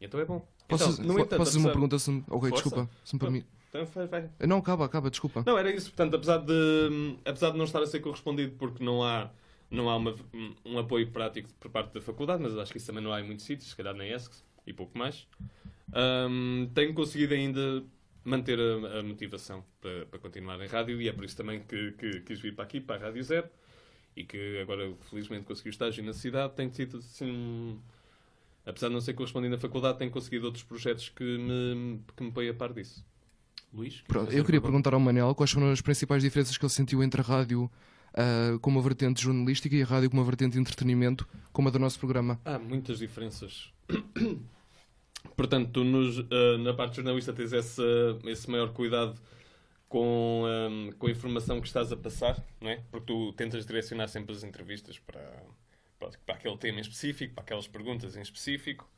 E então é bom.
Posso,
então, no
fa-
entanto,
posso fazer uma
apesar-
pergunta? Se me... Ok,
Força.
desculpa, se me permite.
Então, vai, vai.
Não, acaba, acaba, desculpa.
Não, era isso. Portanto, apesar de, apesar de não estar a ser correspondido porque não há, não há uma- um apoio prático por parte da faculdade, mas acho que isso também não há em muitos sítios, se calhar na ESC e pouco mais, hum, tenho conseguido ainda manter a, a motivação para, para continuar em rádio e é por isso também que, que quis vir para aqui, para a Rádio Zero, e que agora felizmente consegui o estágio na cidade, tenho tido assim um- Apesar de não ser correspondido na faculdade, tenho conseguido outros projetos que me, que me põem a par disso. Luís?
Pronto, eu queria perguntar ao Manel quais foram as principais diferenças que ele sentiu entre a rádio ah, com uma vertente jornalística e a rádio com uma vertente de entretenimento, como a do nosso programa.
Há muitas diferenças. Portanto, tu nos, eh, na parte jornalista tens essa, esse maior cuidado com, ehm, com a informação que estás a passar, não é? Porque tu tentas direcionar sempre as entrevistas para, para, para aquele tema em específico, para aquelas perguntas em específico.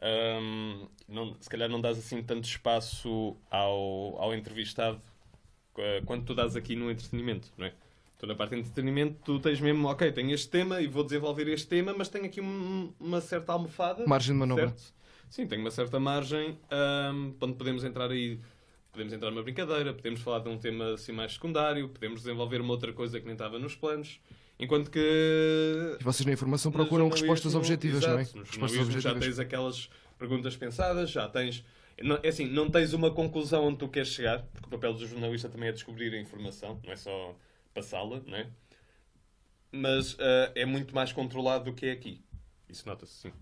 Ehm, não- se calhar não dás assim tanto espaço ao, ao entrevistado eh, quando tu dás aqui no entretenimento, não é? Tu na parte de entretenimento tu tens mesmo, ok, tenho este tema e vou desenvolver este tema, mas tenho aqui um- uma certa almofada.
Margem de manobra.
certo? Sim, tenho uma certa margem ahm, onde podemos entrar aí, podemos entrar numa brincadeira, podemos falar de um tema assim mais secundário, podemos desenvolver uma outra coisa que nem estava nos planos, enquanto que
E vocês na informação
no
procuram respostas
jornalismo-
objetivas,
exato,
não é?
no
Respostas
jornalismo já
objetivas.
tens aquelas perguntas pensadas, já tens. Não, é assim, não tens uma conclusão onde tu queres chegar, porque o papel do jornalista também é descobrir a informação, não é só passá-la, não é? Mas ah, é muito mais controlado do que é aqui. Isso nota-se, sim.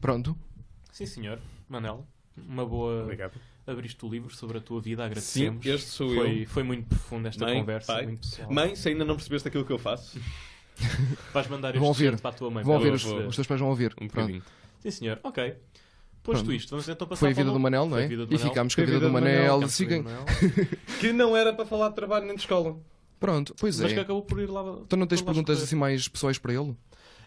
Pronto.
Sim, senhor. Manel, uma boa.
Obrigado.
Abriste o livro sobre a tua vida,
Sim,
agradecemos.
este sou
foi,
eu.
foi muito profundo esta
Mãe,
conversa, é
pai.
muito pessoal.
Mãe, se ainda não percebeste aquilo que eu faço,
Vais mandar
Vão
este
ouvir.
certo para a tua mãe.
Vão
para
ouvir,
ela
os,
perceber.
os teus pais vão ouvir.
um
Pronto.
bocadinho.
Sim, senhor. Ok. Posto
Pronto.
isto, vamos então passar
Foi a
para
vida
o
do
novo-
Manel, não
Foi
é?
a vida do
E
Manel.
ficámos com a vida do Manel.
Ficámos com a vida
Sigam-
do Manel.
Que não era para falar de trabalho nem de escola.
Pronto, pois
Mas que
é.
acabou por ir lá.
Então não tens
por lá
perguntas
escolher.
assim mais pessoais para ele?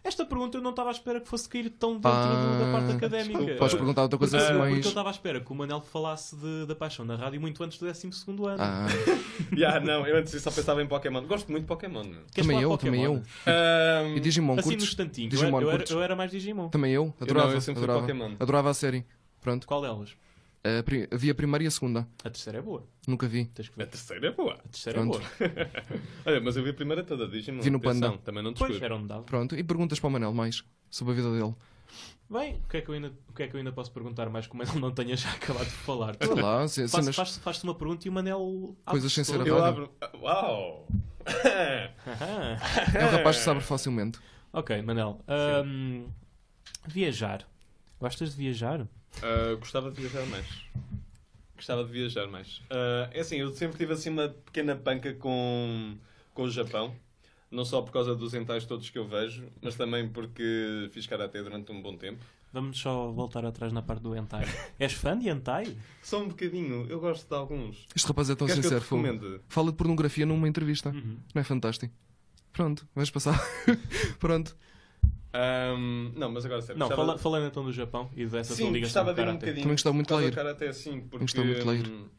Esta pergunta eu não estava à espera que fosse cair tão dentro
Ah,
do- da parte académica.
Podes perguntar outra coisa
Porque-
assim
porque
mais.
eu estava à espera que Ah, o Manel falasse de- da paixão na rádio muito antes do 12 ano.
Ah,
Já, não, eu antes disso só pensava em Pokémon. Gosto muito de Pokémon.
Queres
também
falar de
eu,
Pokémon?
também eu.
Ahm,
E Digimon,
Assim no
curtes?
instantinho. Eu
Digimon,
era- eu, era,
curtes?
eu era mais Digimon.
Também eu, adorava.
eu sempre fui
adorava.
Pokémon.
Adorava a série. Pronto.
Qual delas?
A pri- Havia a primeira e a segunda.
A terceira é boa.
Nunca vi.
Tens que
A
ver.
terceira é boa.
A terceira
Pronto.
é boa.
Olha, mas eu vi a primeira toda, Digimon.
Vi no Panda.
Atenção, Também não te
Pois
escuto.
era onde dava.
Pronto. E perguntas para o Manel mais sobre a vida dele.
Bem, o que, é que eu ainda, o que é que eu ainda posso perguntar mais que o Manel não tenha já acabado de falar?
Sei lá, ce-
Faz-
cenas.
Faz-te faz-te uma pergunta e o Manel. abre
Coisas sem
toda.
ser
Eu
Olha.
abro. Ah, Uau!
Aham.
É um rapaz que se abre facilmente.
Ah, Ok, Manel. ahm, viajar. Gostas de viajar?
Ah, gostava de viajar mais. Gostava de viajar mais. Ah, é assim, eu sempre tive assim uma pequena panca com, com o Japão. Não só por causa dos entais todos que eu vejo, mas também porque fiz karatê durante um bom tempo.
Vamos só voltar atrás na parte do hentai. És fã de hentai?
Só um bocadinho, eu gosto de alguns.
Este rapaz é tão
Queres que eu
sincero.
te
fogo.
recomende? Uhum.
Fala de pornografia numa entrevista. Não é fantástico? Pronto, vais passar. Pronto.
Ahm, Ah, não, mas agora sério.
Não,
gostava-
fala, falando então do Japão e dessa tua
Sim,
ligação
gostava
com
de ir um
karate.
bocadinho.
Também gostava muito de
Por causa
ler.
do karate, sim, porque
gostava muito de ler.
hum,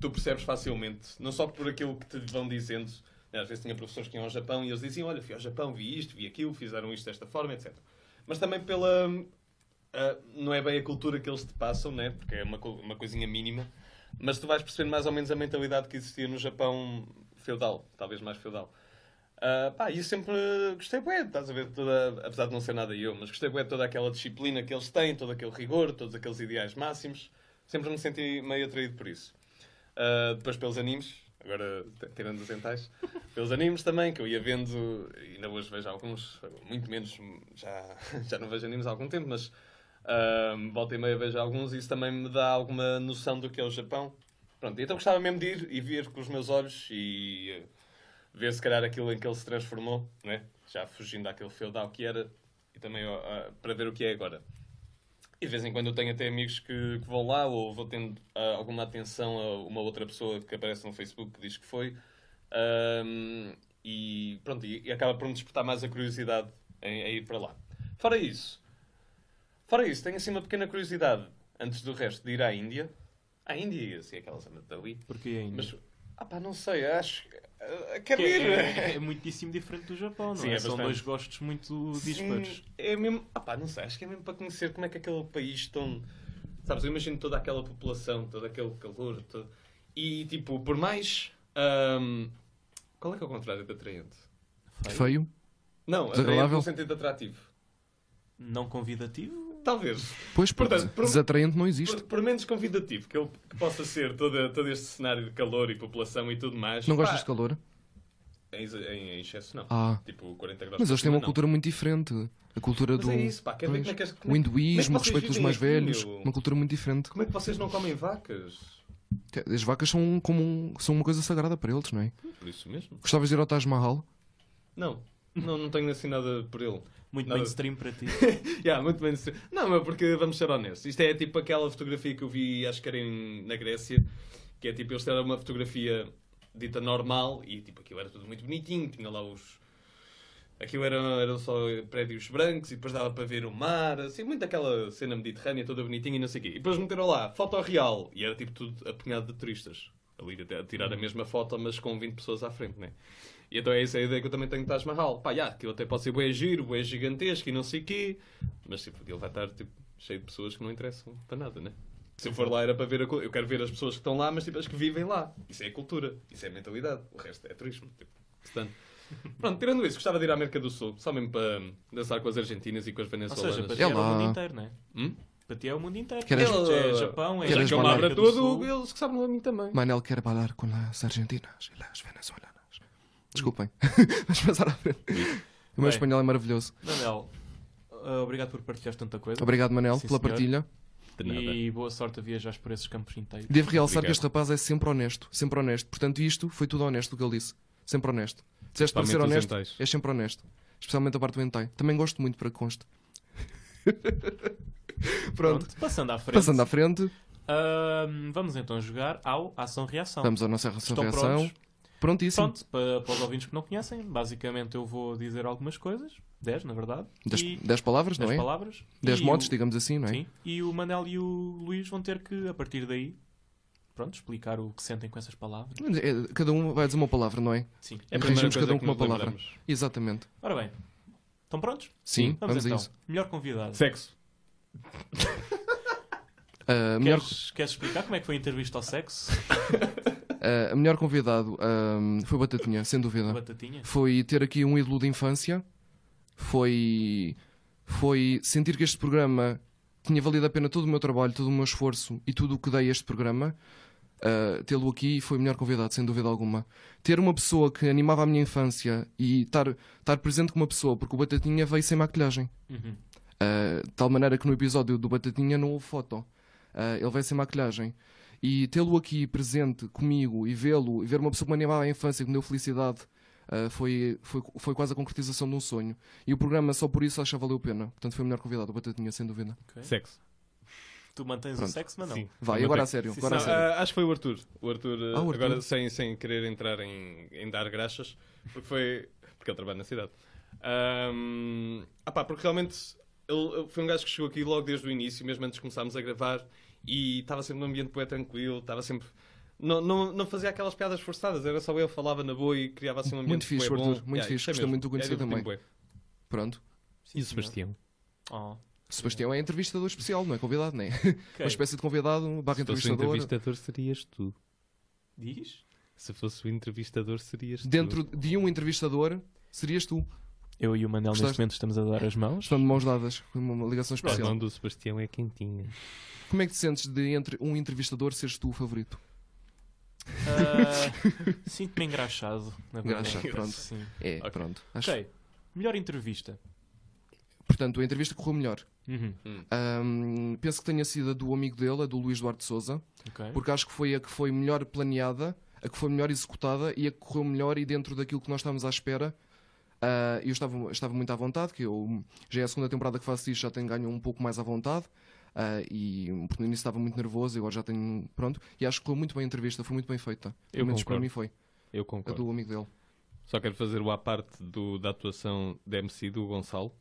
tu percebes facilmente, não só por aquilo que te vão dizendo. né, Às vezes tinha professores que iam ao Japão e eles diziam: Olha, fui ao Japão, vi isto, vi aquilo, fizeram isto desta forma, etc. Mas também pela. hum, ah, não é bem a cultura que eles te passam, né? Porque é uma, co- uma coisinha mínima. Mas tu vais percebendo mais ou menos a mentalidade que existia no Japão feudal, talvez mais feudal. Ah, pá, e eu sempre gostei bué, estás a ver, toda, apesar de não ser nada eu, mas gostei bué de toda aquela disciplina que eles têm, todo aquele rigor, todos aqueles ideais máximos. Sempre me senti meio atraído por isso. Ah, depois pelos animes, agora t- tirando os entais, pelos animes também, que eu ia vendo, e ainda hoje vejo alguns, muito menos, já, já não vejo animes há algum tempo, mas ah, volta e meia vejo alguns e isso também me dá alguma noção do que é o Japão. Pronto, então gostava mesmo de ir e ver com os meus olhos e... ah, ver se calhar aquilo em que ele se transformou, né? já fugindo daquele feudal que era, e também ó, ah, para ver o que é agora. E de vez em quando eu tenho até amigos que, que vão lá ou vou tendo ah, alguma atenção a uma outra pessoa que aparece no Facebook que diz que foi. Ahm, e pronto, e, e acaba por me despertar mais a curiosidade em, em ir para lá. Fora isso, fora isso, tenho assim uma pequena curiosidade antes do resto de ir à Índia. À Índia e assim, aquela zona dali.
Porque é ainda.
Mas, ah pá, não sei, acho. que- ah, Quero
é, é,
ir!
é muitíssimo diferente do Japão, não
Sim,
é?
é
São
bastante.
dois gostos muito dispares.
Hum, É mesmo. Ah pá, não sei, acho que é mesmo para conhecer como é que aquele país tão. Sabes, eu imagino toda aquela população, todo aquele calor. todo- E tipo, por mais. ahm, Qual é que é o contrário de atraente?
Feio.
Não, atraente
Desagradável?
no sentido atrativo.
Não convidativo?
Talvez.
Pois, porque
Portanto, por-
desatraente não existe.
Por, por menos convidativo que, ele, que possa ser todo, todo este cenário de calor e população e tudo mais.
Não
pá,
gostas de calor?
Em, ex- em- em excesso, não.
Ah.
Tipo, 40 graus.
Mas eles
por
têm
cima,
uma
não.
cultura muito diferente. A cultura
Mas
do.
é isso, pá, quer ver
Pois.
como é que as- como
O
é que-
hinduísmo, o
como é que vocês
respeito pelos
vivem
mais
aqui,
velhos.
meu?
Uma cultura muito diferente.
Como é que vocês não comem vacas?
As vacas são, como um- são uma coisa sagrada para eles, não é?
Por isso mesmo?
Gostavas de ir ao Taj Mahal?
Não. Não, não tenho assim nada por ele.
Muito
Nada.
mainstream para ti.
yeah, muito bem. Não, mas porque vamos ser honestos. Isto é tipo aquela fotografia que eu vi, acho que era em- na Grécia, que é tipo, eles era uma fotografia dita normal e tipo, aquilo era tudo muito bonitinho, tinha lá os. Aquilo eram, eram só prédios brancos e depois dava para ver o mar, assim, muito aquela cena mediterrânea toda bonitinha e não sei o quê. E depois meteram lá, foto real, e era tipo tudo apanhado de turistas. Ali até a tirar a mesma foto, mas com 20 pessoas à frente, né? E então é essa a ideia que eu também tenho de Taj Mahal. Pá, já, aquilo até pode ser bué giro, bué gigantesco e não sei o quê. Mas tipo, ele vai estar tipo, cheio de pessoas que não interessam para nada, né? Se eu for lá era para ver a cultura. Eu quero ver as pessoas que estão lá, mas tipo, as que vivem lá. Isso é cultura, isso é mentalidade. O resto é turismo. Tipo, portanto... Pronto, tirando isso, gostava de ir à América do Sul, só mesmo para hum, dançar com as argentinas e com as
Ou
venezuelanas.
seja, para ti
É
era o
lá.
mundo inteiro, não é?
Hum?
Para ti é o mundo inteiro.
Queres-
É Japão, é
Queres
Já que eu me
falar?
abra
América do Sul.
tudo, eles que sabem a mim também.
Manel quer falar com as argentinas e as venezuelanas. Desculpem, vamos passar à frente. O meu
Bem.
espanhol é maravilhoso.
Manel, ah, obrigado por partilhar tanta coisa.
Obrigado, Manel,
Sim,
pela
senhor.
partilha.
E boa sorte a viajar por esses campos inteiros.
Devo realçar que
Obrigado.
este rapaz é sempre honesto, sempre honesto. Portanto, isto foi tudo honesto o que ele disse. Sempre honesto. Dizeste para ser
Principalmente os
honesto,
hentais.
é sempre honesto. Especialmente a parte do hentai. Também gosto muito para que conste. Pronto.
passando à frente.
Passando à frente,
Ahm, vamos então jogar ao Ação-Reação.
vamos à nossa
Estão
reação.
prontos?
Prontíssimo.
Pronto, para, para os ouvintes que não conhecem, basicamente eu vou dizer algumas coisas, 10 na verdade,
Dez,
e
dez palavras,
10
não é?
palavras.
Dez
e
modos,
o,
digamos assim, não é?
Sim, e o Manel e o Luís vão ter que, a partir daí, pronto, explicar o que sentem com essas palavras.
É, Cada um vai dizer uma palavra, não é?
Sim.
É a primeira
Regimos
coisa
cada um
que
com uma
nos
palavra.
lembramos.
Exatamente.
Ora bem, estão prontos?
Sim,
Vamos,
vamos a
então.
isso.
Melhor convidado.
Sexo.
Ah, a melhor,
Queres, queres explicar como é que foi a entrevista ao sexo?
ah, a melhor convidado ah, foi o Batatinha, sem dúvida.
Batatinha?
foi ter aqui um ídolo de infância, foi, foi sentir que este programa tinha valido a pena todo o meu trabalho, todo o meu esforço e tudo o que dei a este programa. Uh, Tê-lo aqui foi o melhor convidado, sem dúvida alguma. Ter uma pessoa que animava a minha infância e estar, estar presente com uma pessoa, porque o Batatinha veio sem maquilhagem.
Uhum.
Uh, de tal maneira que no episódio do Batatinha não houve foto. Uh, ele veio sem maquilhagem. E tê-lo aqui presente comigo e vê-lo, e ver uma pessoa que me animava à infância, que me deu felicidade, uh, foi, foi, foi quase a concretização de um sonho. E o programa, só por isso, acho que valeu a pena. Portanto, foi o melhor convidado, o Batatinha, sem dúvida.
Sexo.
Tu mantens o
Pronto.
sexo, Manel?
Sim.
Vai,
Mantém-
agora a sério.
Sim,
Agora a
senão,
sério.
Ah, acho que foi o Arthur. O Arthur, eh,
Ah, o Arthur.
agora sem, sem querer entrar em, em dar graxas, porque foi. Porque ele trabalha na cidade. Ahm, ah pá, porque realmente ele ele foi um gajo que chegou aqui logo desde o início, mesmo antes de começarmos a gravar, e estava sempre num ambiente bué tranquilo, estava sempre. Não, não, não fazia aquelas piadas forçadas, era só eu falava na boa e criava assim um ambiente
Muito fixe,
bué bom.
Arthur, muito fixe,
isto é
gostei
mesmo.
muito de o conhecer
É divertido
também.
bué.
Ah.
Pronto.
Sim, senhor. Oh,
Sebastião é entrevistador especial, não é convidado, nem.
ok.
Uma espécie de convidado, barra
fosse um
entrevistador.
serias tu.
Diz?
Se fosse o entrevistador, serias
Dentro de um entrevistador, serias tu.
Eu e o Manel neste
Gostaste?
momento estamos a dar as mãos.
Estão de mãos dadas, com uma ligação especial.
do Sebastião é quentinha.
Como é que te sentes de entre um entrevistador seres tu o favorito?
Ah, Sinto-me engraxado, na verdade.
Engraxado, pronto.
Sim.
É, pronto. Acho.
Ok, melhor entrevista.
Portanto, a entrevista correu melhor.
Uhum.
Ahm, penso que tenha sido a do amigo dele, a do Luís Duarte Souza,
Ok.
porque acho que foi a que foi melhor planeada, a que foi melhor executada e a que correu melhor e dentro daquilo que nós estávamos à espera. Ah, eu estava, estava muito à vontade, que eu já é a segunda temporada que faço isto, já tenho ganho um pouco mais à vontade. Ah, e porque no início estava muito nervoso, e agora já tenho. Pronto. E acho que correu muito bem a entrevista, foi muito bem feita.
Eu
Pelo menos para
concordo.
mim foi.
Eu
A
concordo.
do amigo dele.
Só quero fazer o à parte do- da atuação da MC do Gonçalo.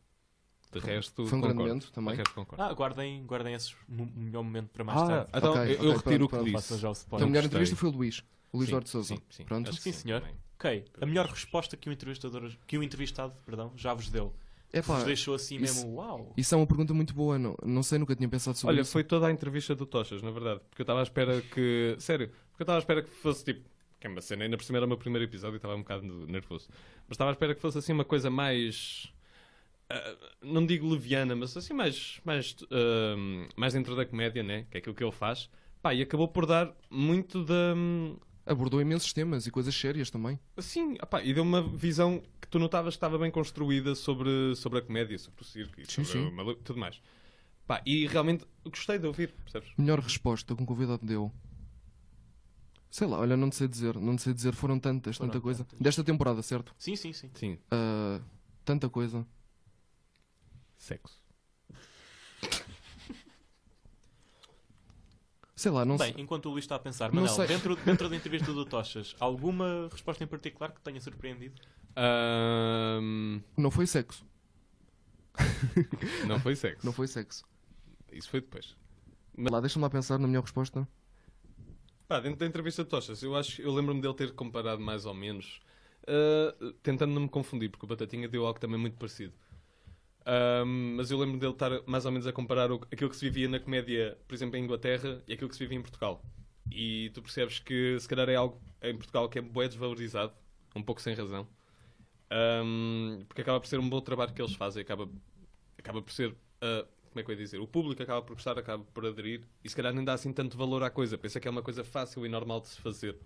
De resto,
foi um grande
concordo.
momento também.
De resto, concordo.
Ah, guardem, guardem esse mo- melhor momento para mais
Ah,
tarde.
então
Ok,
eu, eu
ok,
retiro
pronto,
o que
pronto,
Façam
disse.
já o spoiler.
Então, a melhor
gostei.
entrevista foi o Luís. O Luís
Sim,
Jorge de Souza.
sim, sim.
Pronto.
Acho
Sim, senhor.
também.
Ok, a melhor resposta que o entrevistador, que o entrevistado, perdão, já vos deu.
É
Vos
pá,
deixou assim
isso-
mesmo, uau.
isso é uma pergunta muito boa. Não, não sei, nunca tinha pensado sobre
Olha,
isso.
foi toda a entrevista do Tochas, na verdade. Porque eu estava à espera que. Sério, porque eu estava à espera que fosse tipo. Que é uma cena, ainda por cima era o meu primeiro episódio e estava um bocado nervoso. Mas estava à espera que fosse assim uma coisa mais. ah, não digo leviana, mas assim mais. Mais, ah, mais dentro da comédia, né? Que é aquilo que ele faz. Pá, e acabou por dar muito da.
Abordou imensos temas e coisas sérias também.
Sim, opá, e deu uma visão que tu notavas que estava bem construída sobre, sobre a comédia, sobre o circo e
Sim,
sobre
sim.
o maluco, tudo mais. Pá, e realmente gostei de ouvir, percebes?
Melhor resposta que um convidado deu. Sei lá, olha, não te sei dizer, não te sei dizer, foram tantas,
Foram
tanta coisa.
tantas.
Desta temporada, certo?
Sim, sim, sim.
Sim,
Ah, tanta coisa.
sexo.
Sei lá, não
Bem,
sei.
enquanto o Luís está a pensar,
Não
Manel,
sei.
dentro, dentro da entrevista do Tochas, alguma resposta em particular que tenha surpreendido?
Ahm,
Não foi sexo.
não foi sexo.
Não foi sexo.
Isso foi depois.
Lá, deixa-me lá pensar na melhor resposta.
Pá, dentro da entrevista de Tochas, eu, acho- eu lembro-me dele ter comparado mais ou menos, ah, tentando não me confundir, porque o Batatinha deu algo também muito parecido. Ahm, mas eu lembro dele estar mais ou menos a comparar o- aquilo que se vivia na comédia, por exemplo, em Inglaterra, e aquilo que se vivia em Portugal. E tu percebes que se calhar é algo em Portugal que é bué desvalorizado, um pouco sem razão, Ahm, porque acaba por ser um bom trabalho que eles fazem, acaba, acaba por ser. ah, como é que eu ia dizer? O público acaba por gostar, acaba por aderir e se calhar nem dá assim tanto valor à coisa. Pensa que é uma coisa fácil e normal de se fazer.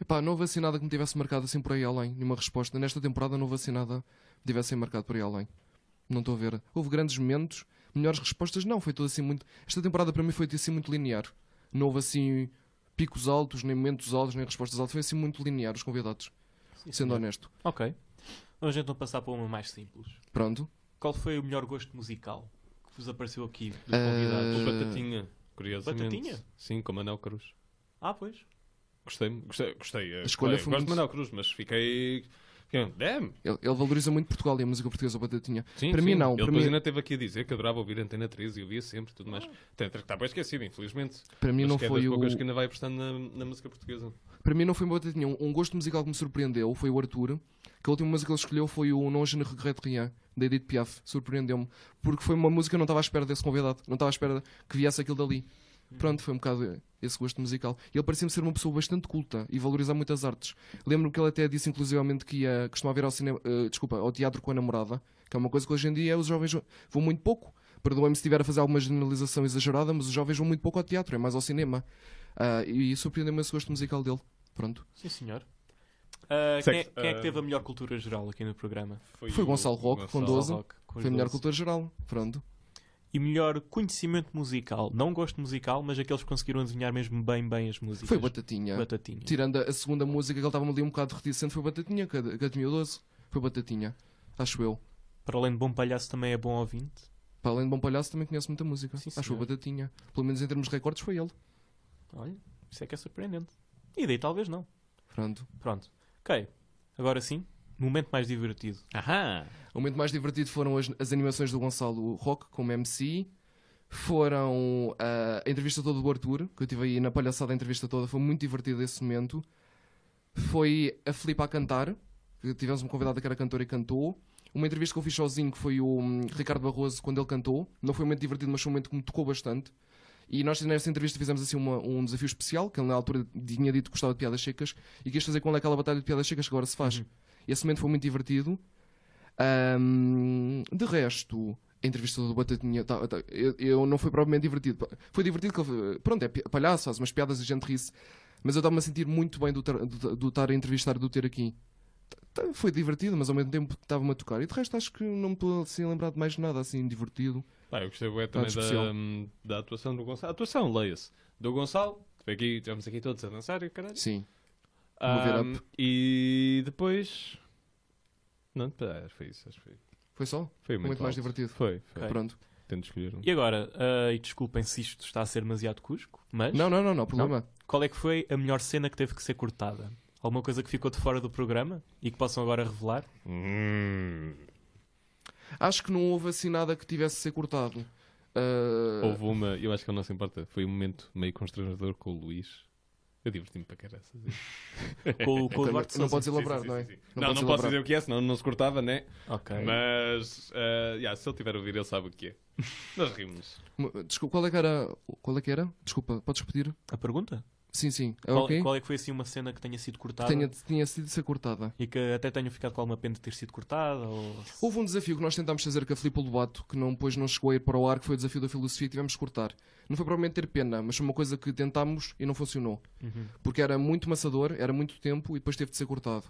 Epá, não houve assim nada que me tivesse marcado assim por aí além. Nenhuma resposta. Nesta temporada não houve assim nada que me tivesse marcado por aí além. Não estou a ver. Houve grandes momentos, melhores respostas. Não, foi tudo assim muito. Esta temporada para mim foi assim muito linear. Não houve assim picos altos, nem momentos altos, nem respostas altas. Foi assim muito linear os convidados. sendo honesto.
Ok. Vamos então passar para uma mais simples.
Pronto.
Qual foi o melhor gosto musical que vos apareceu aqui dos
Eh,
convidados?
O Batatinha, curiosamente.
Batatinha?
Sim, com Manel Cruz.
Ah, pois.
Gostei, gostei. gostei
A escolha foi
Gosto de
muito-
Manel Cruz, mas fiquei. fiquei, Damn!
Eh, Ele, ele valoriza muito Portugal e a música portuguesa batatinha.
Sim,
para mim
sim.
não.
Ele
Para
depois
mim,
ainda esteve aqui a dizer que adorava ouvir Antena 13 e ouvia sempre e tudo mais. Até que está bem esquecido, infelizmente.
para mim
Mas
não
que é
foi
das
o.
poucas que ainda vai apostando na, na música portuguesa.
Para mim não foi uma batatinha. Um, um gosto musical que me surpreendeu foi o Arthur, que a última música que ele escolheu foi o Non Je ne regrette rien, da Edith Piaf. Surpreendeu-me. Porque foi uma música que eu não estava à espera desse convidado. Não estava à espera que viesse aquilo dali. Pronto, foi um bocado esse gosto musical. Ele parecia-me ser uma pessoa bastante culta e valorizar muitas artes. Lembro-me que ele até disse, inclusivamente, que ia, costumava ir ao, cinema, eh, desculpa, ao teatro com a namorada, que é uma coisa que hoje em dia os jovens vão muito pouco. Perdoem-me se estiver a fazer alguma generalização exagerada, mas os jovens vão muito pouco ao teatro, é mais ao cinema. Ah, e surpreendeu-me esse gosto musical dele. Pronto.
Sim, senhor. Ah, quem, é,
Sexo.
quem é que
Ah.
teve a melhor cultura geral aqui no programa?
Foi
o-
Gonçalo Roque, com
Gonçalo.
12.
Rock, com os
Foi a melhor
12.
cultura geral. Pronto.
E melhor conhecimento musical. Não gosto musical, mas aqueles que conseguiram adivinhar mesmo bem, bem as músicas.
Foi Batatinha.
Batatinha.
Tirando a a segunda música que ele estava ali um bocado reticente, foi Batatinha, que que adivinhou 12. Foi Batatinha. Acho eu.
Para além de bom palhaço, também é bom ouvinte.
Para além de Bom Palhaço, também conhece muita música.
Sim,
Acho que o
senhor.
Batatinha. Pelo menos em termos de recordes, foi ele.
Olha, isso é que é surpreendente. E daí talvez não.
Pronto.
Pronto. Ok. Agora sim, momento mais divertido.
Ahá!
O momento mais divertido foram as, as animações do Gonçalo Rock como MC. Foram ah, a entrevista toda do Arthur, que eu tive aí na palhaçada a entrevista toda. Foi muito divertido esse momento. Foi a Filipa a cantar. que Tivemos uma convidada que era cantora e cantou. Uma entrevista que eu fiz sozinho, que foi o hum, Ricardo Barroso, quando ele cantou. Não foi um momento divertido, mas foi um momento que me tocou bastante. E nós nessa entrevista fizemos assim uma- um desafio especial, que ele na altura tinha dito que gostava de piadas secas, e quis fazer com ele aquela batalha de piadas secas que agora se faz. Esse momento foi muito divertido. Ahm, de resto, a entrevista do Batatinha, tá- tá- eu, eu não foi propriamente divertido. Foi divertido que ele, pronto, é pi- palhaço, faz umas piadas e a gente ri-se. Mas eu estava-me a sentir muito bem do tar- do do estar a entrevistar, do ter aqui. Tá- Foi divertido, mas ao mesmo tempo estava-me a tocar. E de resto, acho que não me estou assim a lembrar de mais nada assim divertido.
Pá, eu gostei bué
Tá
também
especial.
da, hum, da atuação do Gonçalo. A atuação, leia-se. Do Gonçalo, tive aqui, tivemos aqui todos a dançar e o caralho.
Sim. Move it
Ahm, e depois. Não, pera, foi isso, acho que foi.
Foi só?
Foi
Muito
muito,
mais
alto.
divertido.
Foi, foi.
Ok.
Pronto.
Tento escolher um.
E agora, ah, e desculpem se isto está a ser demasiado cusco, mas
Não, não, não, não, problema.
qual é que foi a melhor cena que teve que ser cortada? Alguma coisa que ficou de fora do programa e que possam agora revelar?
Hum,
Acho que não houve assim nada que tivesse de ser cortado. Ah,
houve uma, eu acho que ele não se importa, foi um momento meio constrangedor com o Luís. Eu diverti-me para caraças.
Com, o- com o
Então,
Eduardo
não
Sousa?
podes
Sim,
elaborar,
sim,
não é?
sim, sim. Não,
podes
não posso
elaborar.
dizer o que é, senão não se cortava, né?
Ok.
Mas, ah, yeah, se ele tiver a ouvir, ele sabe o que é. Nós rimos.
Mo- Desculpa, qual é que era? Qual é que era? Desculpa, podes repetir?
A pergunta?
Sim, sim. É
Qual,
ok?
qual é que foi assim uma cena que tenha sido cortada?
Tenha, tinha sido de ser cortada.
E que até tenham ficado com alguma pena de ter sido cortada? Ou...
Houve um desafio que nós tentámos fazer com a Filipe Lobato, que não, depois não chegou a ir para o ar, que foi o desafio da filosofia que tivemos que cortar. Não foi propriamente ter pena, mas foi uma coisa que tentámos e não funcionou. Porque era muito maçador, era muito tempo e depois teve de ser cortado.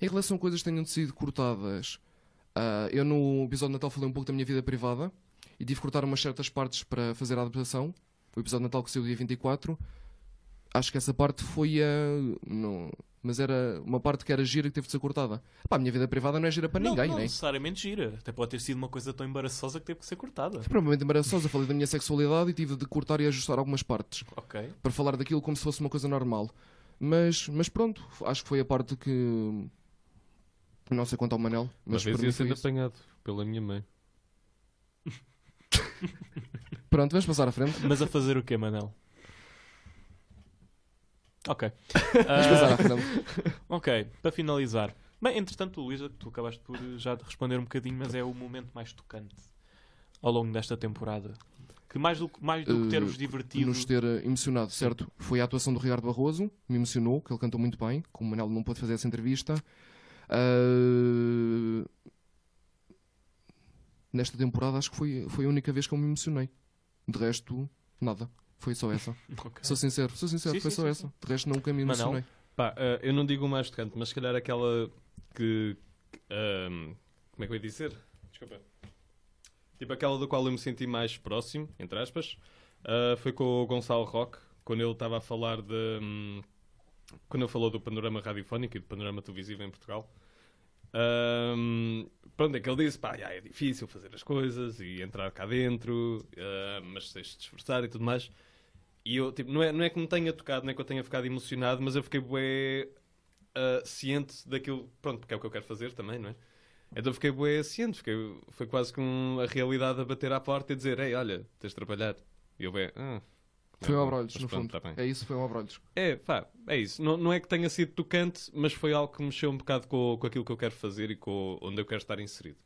Em relação a coisas que tenham sido cortadas, ah, eu no episódio de Natal falei um pouco da minha vida privada e tive que cortar umas certas partes para fazer a adaptação. O episódio de Natal que saiu dia 24. Acho que essa parte foi a. não- mas era uma parte que era gira que teve de ser cortada. Pá, a minha vida privada não é gira para
não,
ninguém,
não
né?
necessariamente gira. Até pode ter sido uma coisa tão embaraçosa que teve que ser cortada.
Provavelmente embaraçosa, falei da minha sexualidade e tive de cortar e ajustar algumas partes
Ok.
para falar daquilo como se fosse uma coisa normal. Mas, mas pronto, acho que foi a parte que. Não sei quanto ao Manel,
Uma
mas para
vez
mim
ia
foi
sendo
isso.
apanhado pela minha mãe.
Pronto, vamos passar à frente.
Mas a fazer o quê, Manel? Ok.
Vamos
Ah,
passar à frente.
ok, para finalizar. Bem, entretanto, Luísa, que tu acabaste por eh, já de responder um bocadinho, mas é o momento mais tocante ao longo desta temporada. Que mais do, que- mais do que
Eh,
ter-vos
E
divertido.
nos ter eh, emocionado, certo? Foi a atuação do Ricardo Barroso, me emocionou, que ele cantou muito bem, como o Manel não pôde fazer essa entrevista. Ah, Nesta temporada acho que foi, foi a única vez que eu me emocionei. De resto, nada. Foi só essa.
Ok.
Sou sincero, sou sincero,
Sim,
foi
sim,
só
sim,
essa. De resto, nunca me
Mas não.
emocionei.
Pá, ah, eu não digo o mais tocante, mas se calhar aquela que. que, ahm, como é que eu ia dizer? Desculpa. Tipo aquela do qual eu me senti mais próximo, entre aspas, ah, foi com o Gonçalo Roque, quando ele estava a falar de. hum, quando ele falou do panorama radiofónico e do panorama televisivo em Portugal. Ahm, pronto, é que ele disse: pá, já é difícil fazer as coisas e entrar cá dentro, ah, mas tens de te esforçar e tudo mais. E eu, tipo, não é, não é que me tenha tocado, não é que eu tenha ficado emocionado, mas eu fiquei bué ah, ciente daquilo, pronto, porque é o que eu quero fazer também, não é? Então fiquei bué ciente, fiquei, foi quase com a realidade a bater à porta e dizer, ei, olha, tens de trabalhar. E eu bué, ah...
Foi um
bom,
abrolhos,
mas
no
pronto,
fundo.
tá bem.
é isso, foi um abrolhos.
É, pá, é isso. Não, não é que tenha sido tocante, mas foi algo que mexeu um bocado com, com aquilo que eu quero fazer e com onde eu quero estar inserido.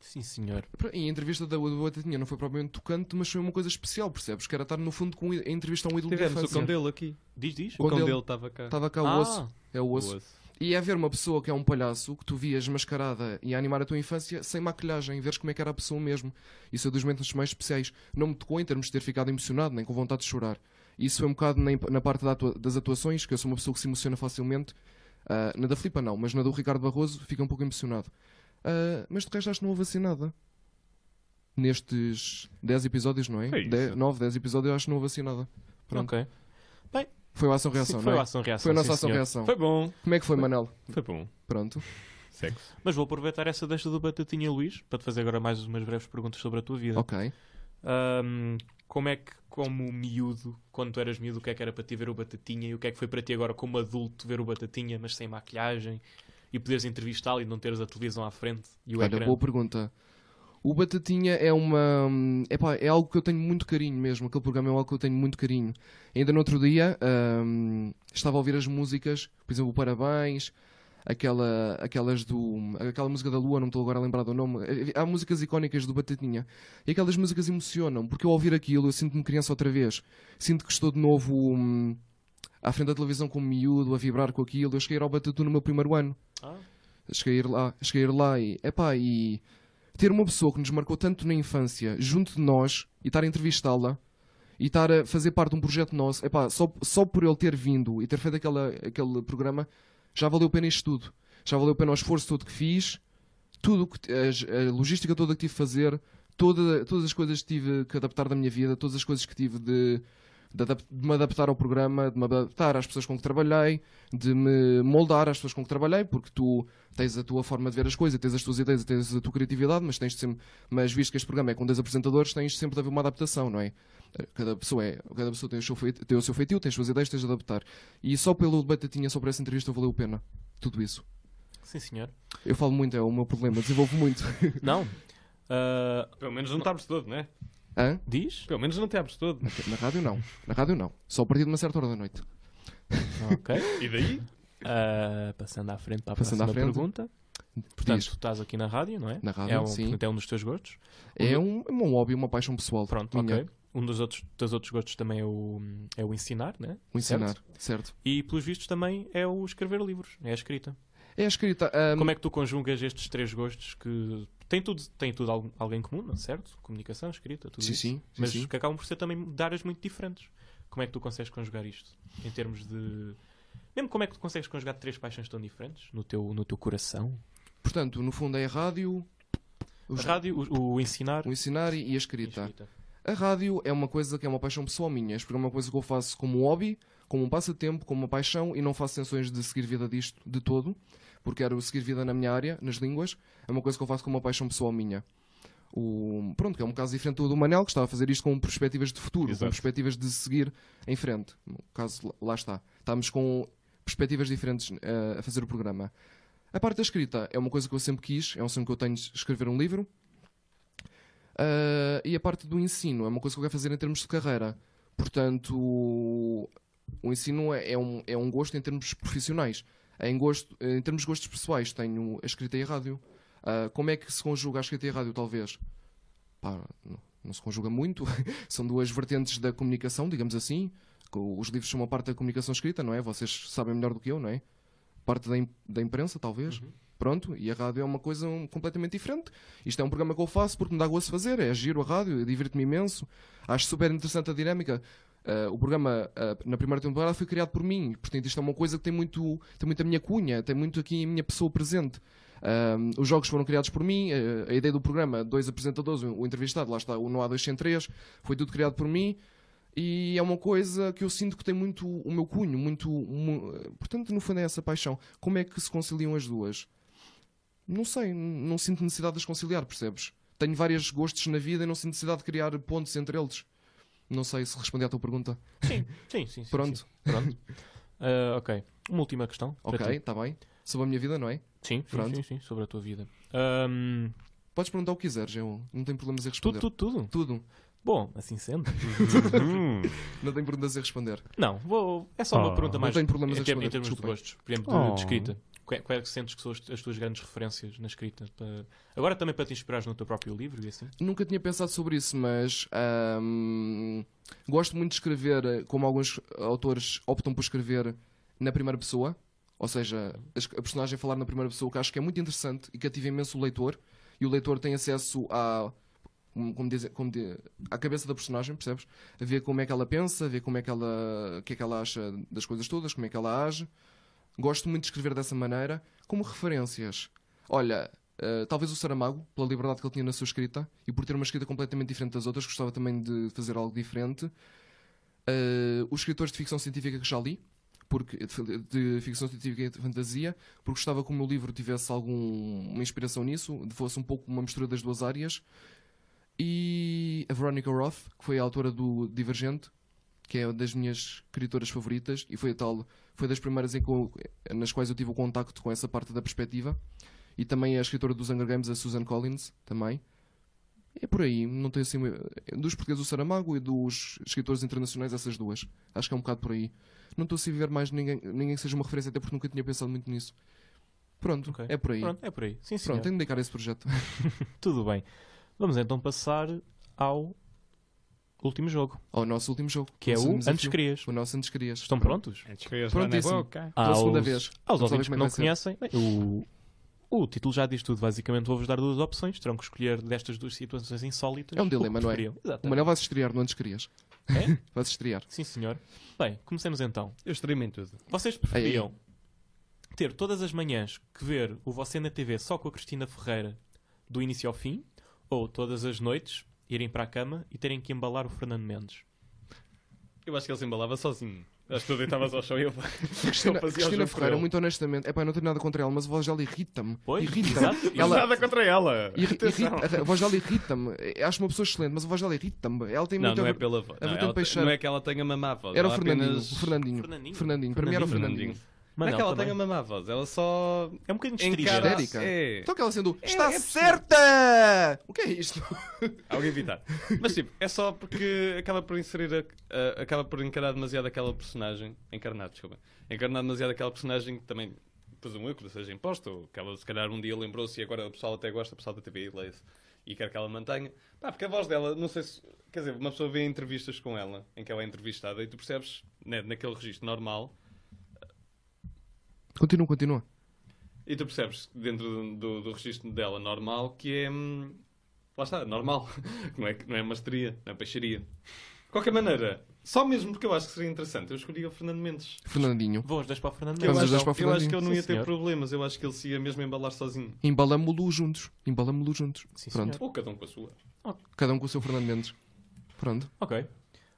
Sim, senhor.
Em entrevista da Batatinha não foi propriamente tocante, mas foi uma coisa especial, percebes? Que era estar no fundo com um í- a entrevista a um ídolo de
Tivemos o
infância.
Condelo aqui.
Diz, diz.
O
Condelo.
Condelo estava cá.
Estava cá
Ah.
o osso, é o
O
osso.
osso.
E é ver uma pessoa que é um palhaço, que tu vias mascarada e a animar a tua infância sem maquilhagem, veres como é que era a pessoa mesmo. Isso é dos momentos mais especiais. Não me tocou em termos de ter ficado emocionado, nem com vontade de chorar. Isso foi um bocado na, na parte da atua- das atuações, que eu sou uma pessoa que se emociona facilmente. Ah, na da Flipa não, mas na do Ricardo Barroso fica um pouco emocionado. Ah, mas de resto acho que não houve assim nada. Nestes 10 episódios, não é?
É isso.
9, 10 episódios acho que não houve assim nada. Pronto.
Ok.
Foi a ação-reação,
Sim,
não
foi
é?
a ação-reação.
Foi a nossa
sim, senhor.
ação-reação.
Foi bom.
Como é que foi, Manel?
Foi bom.
Pronto.
Sexo.
Mas vou aproveitar essa deixa do Batatinha Luís para te fazer agora mais umas breves perguntas sobre a tua vida.
Ok.
Ahm, como é que, como miúdo, quando tu eras miúdo, o que é que era para ti ver o Batatinha e o que é que foi para ti agora, como adulto, ver o Batatinha, mas sem maquilhagem e poderes entrevistá-lo e não teres a televisão à frente e o
Olha,
ecrã?
boa pergunta. O Batatinha é uma. epá, é algo que eu tenho muito carinho mesmo. Aquele programa é algo que eu tenho muito carinho. Ainda no outro dia hum, estava a ouvir as músicas, por exemplo, o Parabéns, aquela, aquelas do. aquela música da Lua, não me estou agora a lembrar do nome. Eh, Há músicas icónicas do Batatinha. E aquelas músicas emocionam, porque ao ouvir aquilo eu sinto-me criança outra vez. Sinto que estou de novo hum, à frente da televisão como miúdo, a vibrar com aquilo. Eu cheguei a ir ao Batatu no meu primeiro ano
Ah,
cheguei a ir lá, cheguei a ir lá e, epá, e ter uma pessoa que nos marcou tanto na infância junto de nós e estar a entrevistá-la e estar a fazer parte de um projeto nosso, epá, só, só por ele ter vindo e ter feito aquela, aquele programa, já valeu a pena isto tudo. Já valeu a pena o esforço todo que fiz, tudo o que, a, a logística toda que tive de fazer, toda, todas as coisas que tive que adaptar da minha vida, todas as coisas que tive de, de, adap- de me adaptar ao programa, de me adaptar às pessoas com que trabalhei, de me moldar às pessoas com que trabalhei, porque tu tens a tua forma de ver as coisas, tens as tuas ideias, tens a tua criatividade, mas tens de sempre, mas visto que este programa é com 10 apresentadores, tens sempre de haver uma adaptação, não é? Cada pessoa, é, cada pessoa tem, o seu feitio, tem o seu feitio, tem as suas ideias, tens de adaptar. E só pelo batatinha, só por essa entrevista valeu a pena. Tudo isso.
Sim, senhor.
Eu falo muito, é o meu problema, desenvolvo muito.
Não. Ah,
Pelo menos não te abres todo, né?
Hã?
diz?
Pelo menos não te abres todo.
Na rádio não. Na rádio não. Só a partir de uma certa hora da noite.
Ok.
E daí?
Ah, passando à frente para a
Passando à
próxima
frente.
pergunta. Portanto,
Portanto,
tu estás aqui na rádio, não é?
Na rádio,
é um,
sim.
portanto, é um dos teus gostos.
é um, é um hobby, uma paixão pessoal.
Pronto,
minha.
ok. Um dos outros, teus outros gostos também é o, é o ensinar, né?
O ensinar,
Certo?
certo.
E, pelos vistos, também é o escrever livros, é a escrita.
É a escrita. ahm,
Como é que tu conjugas estes três gostos que tem tudo, tem tudo algo, algo em comum, não é certo? Comunicação, escrita, tudo
Sim,
isso.
sim, sim,
Mas
sim.
que acabam por ser também de áreas muito diferentes. Como é que tu consegues conjugar isto? Em termos de. Mesmo como é que tu consegues conjugar três paixões tão diferentes no teu, no teu coração?
Portanto, no fundo é a rádio,
A
Os-
rádio, o, o ensinar
o ensinar e e a
e a
escrita.
escrita.
A rádio é uma coisa que é uma paixão pessoal minha. Este programa é uma coisa que eu faço como um hobby, como um passatempo, como uma paixão e não faço tensões de seguir vida disto de todo, porque quero seguir vida na minha área, nas línguas. É uma coisa que eu faço como uma paixão pessoal minha. O, pronto, que é um caso diferente do do Manel, que estava a fazer isto com perspectivas de futuro, com
Exato.
perspectivas de seguir em frente. No caso, lá- lá está. Estamos com perspectivas diferentes eh, a fazer o programa. A parte da escrita é uma coisa que eu sempre quis, é um sonho que eu tenho de escrever um livro. Ah, e a parte do ensino é uma coisa que eu quero fazer em termos de carreira. Portanto, o ensino é é um, é um gosto em termos profissionais. É Em, gosto, em termos de gostos pessoais, tenho a escrita e a rádio. Ah, como é que se conjuga a escrita e a rádio, talvez? Pá, não, não se conjuga muito. São duas vertentes da comunicação, digamos assim. Co- Os livros são uma parte da comunicação escrita, não é? Vocês sabem melhor do que eu, não é? Parte da, im- da imprensa, talvez. Pronto, e a rádio é uma coisa um- completamente diferente. Isto é um programa que eu faço porque me dá gosto de fazer, é giro a rádio, eu divirto-me imenso. Acho super interessante a dinâmica. Ah, o programa, ah, na primeira temporada, foi criado por mim, portanto, isto é uma coisa que tem muito, tem muito a minha cunha, tem muito aqui a minha pessoa presente. Ah, os jogos foram criados por mim, ah, a ideia do programa, dois apresentadores, o, o entrevistado, lá está, o Noah 203, foi tudo criado por mim. E é uma coisa que eu sinto que tem muito o meu cunho, muito. mu- portanto, no fundo, é essa paixão. Como é que se conciliam as duas? Não sei, n- não sinto necessidade de as conciliar, percebes? Tenho vários gostos na vida e não sinto necessidade de criar pontos entre eles. Não sei se respondi à tua pergunta.
Sim, sim, sim. sim,
Pronto.
sim. Pronto. Ah, ok. Uma última questão. para
Ok,
ti.
está bem. Sobre a minha vida, não é?
Sim, sim,
Pronto.
sim, sim, sobre a tua vida. Ahm,
Podes perguntar o que quiseres, eu não tenho problemas em
tudo,
responder.
tudo, tudo.
Tudo.
Bom, assim sendo.
Não tenho perguntas em responder.
Não, vou. É só uma pergunta
Não
mais.
tenho problemas
em,
a
termos- em termos
responder,
de
desculpem.
gostos, por exemplo, de, de escrita. Quais é que sentes que são as, as tuas grandes referências na escrita? Para- Agora também para te inspirares no teu próprio livro e assim.
Nunca tinha pensado sobre isso, mas ahm, gosto muito de escrever, eh, como alguns autores optam por escrever na primeira pessoa, ou seja, a es- a personagem falar na primeira pessoa, que acho que é muito interessante e cativa imenso o leitor, e o leitor tem acesso à, como como dizem- como di- à cabeça da personagem, percebes? A ver como é que ela pensa, a ver como é que ela, o que é que ela acha das coisas todas, como é que ela age. Gosto muito de escrever dessa maneira, como referências. Olha, eh, talvez o Saramago, pela liberdade que ele tinha na sua escrita e por ter uma escrita completamente diferente das outras, gostava também de fazer algo diferente. Eh, os escritores de ficção científica que já li, porque, de, de ficção científica e de fantasia, porque gostava que o meu livro tivesse alguma inspiração nisso, fosse um pouco uma mistura das duas áreas. E a Veronica Roth, que foi a autora do Divergente, que é uma das minhas escritoras favoritas e foi a tal foi das primeiras em que eu- nas quais eu tive o contacto com essa parte da perspectiva e também é a escritora dos Hunger Games a Susan Collins também é por aí não tenho assim dos portugueses o Saramago e dos escritores internacionais essas duas acho que é um bocado por aí não estou a assim a ver mais ninguém ninguém que seja uma referência até porque nunca tinha pensado muito nisso pronto
Ok.
é por aí pronto, então-
Pronto, é por aí. Sim, sim.
tenho de dedicar a esse projeto
Tudo bem. Vamos então passar ao último jogo,
ao nosso último jogo
que é
nosso
o
desafio.
Antes Crias.
o nosso antes querias
Estão prontos?
É
Antes que eu ia
Pronto,
na
isso.
boca.
Pela
Aos-
segunda vez.
Aos
Vamos lá ver
ouvintes
como
que
é
não
vai ser.
conhecem, bem, o, o título já diz tudo. Basicamente, vou-vos dar duas opções. Terão que escolher destas duas situações insólitas.
É um
o que
dilema, não é?
preferiam.
o
Exatamente.
Manel vai-se estrear no antes querias
É?
vai-se estrear
Sim, senhor. Bem, comecemos então.
Eu extremo em tudo.
Vocês preferiam ter todas as manhãs que ver o Você na TV só com a Cristina Ferreira do início ao fim ou todas as noites irem para a cama e terem que embalar o Fernando Mendes?
Eu acho que ele se embalava sozinho. Acho que tu deitavas ao chão e ele
Cristina,
fazia o
Cristina
jogo por
Ferreira,
ele.
muito honestamente, é pá, eu não tenho nada contra ela, mas a voz dela irrita-me.
Pois,
Irrita-me.
exato.
Ela-
Nada contra ela.
irri-
Atenção.
irrita- a voz dela irrita-me. Eu Acho uma pessoa excelente, mas a voz dela irrita-me. Ela tem
Não,
muito.
não
a
é
ver-
pela voz.
a
Não,
Betão
ela te-
Peixeiro-
não é que ela tenha uma má voz.
Era o
ela
Fernandinho.
apenas-
o Fernandinho.
é Fernandinho?
Fernandinho. Para mim era o
Fernandinho.
Fernandinho.
Não é que
Manel
ela
também.
tenha uma má voz. Ela só.
É um bocadinho
Encara-
estrigada.
Histérica.
É.
Então aquela sendo.
É-
Está
é
certa! O que é isto?
Alguém evitar. Mas tipo, é só porque acaba por inserir. a- a- acaba por encarar demasiado aquela personagem. Encarnar, desculpa. Encarnar demasiado aquela personagem que também. Presumo eu que lhe seja imposta, ou que ela se calhar um dia lembrou-se e agora o pessoal até gosta, o pessoal da TV e lê-se e quer que ela mantenha. Pá, porque a voz dela, não sei se. Quer dizer, uma pessoa vê entrevistas com ela, em que ela é entrevistada, e tu percebes, né, naquele registro normal,
Continua, continua.
E tu percebes, dentro do, do, do registro dela normal, que é. hum, Lá está, normal. Não é, não é maestria, não é peixaria. De qualquer maneira, só mesmo porque eu acho que seria interessante, eu escolhi o Fernando Mendes.
Fernandinho.
Vou aos dois para o Fernando
Eu
Vamos
Mendes.
os dois
acho,
para o
eu acho que eu não
Fernandinho.
ia
Sim,
ter
senhor.
problemas, eu acho que ele se ia mesmo embalar sozinho.
Embalamo-lo juntos. Embalamo-lo juntos.
Sim,
Pronto.
Ou cada um com a sua.
Cada um com o seu Fernando Mendes. Pronto.
Ok.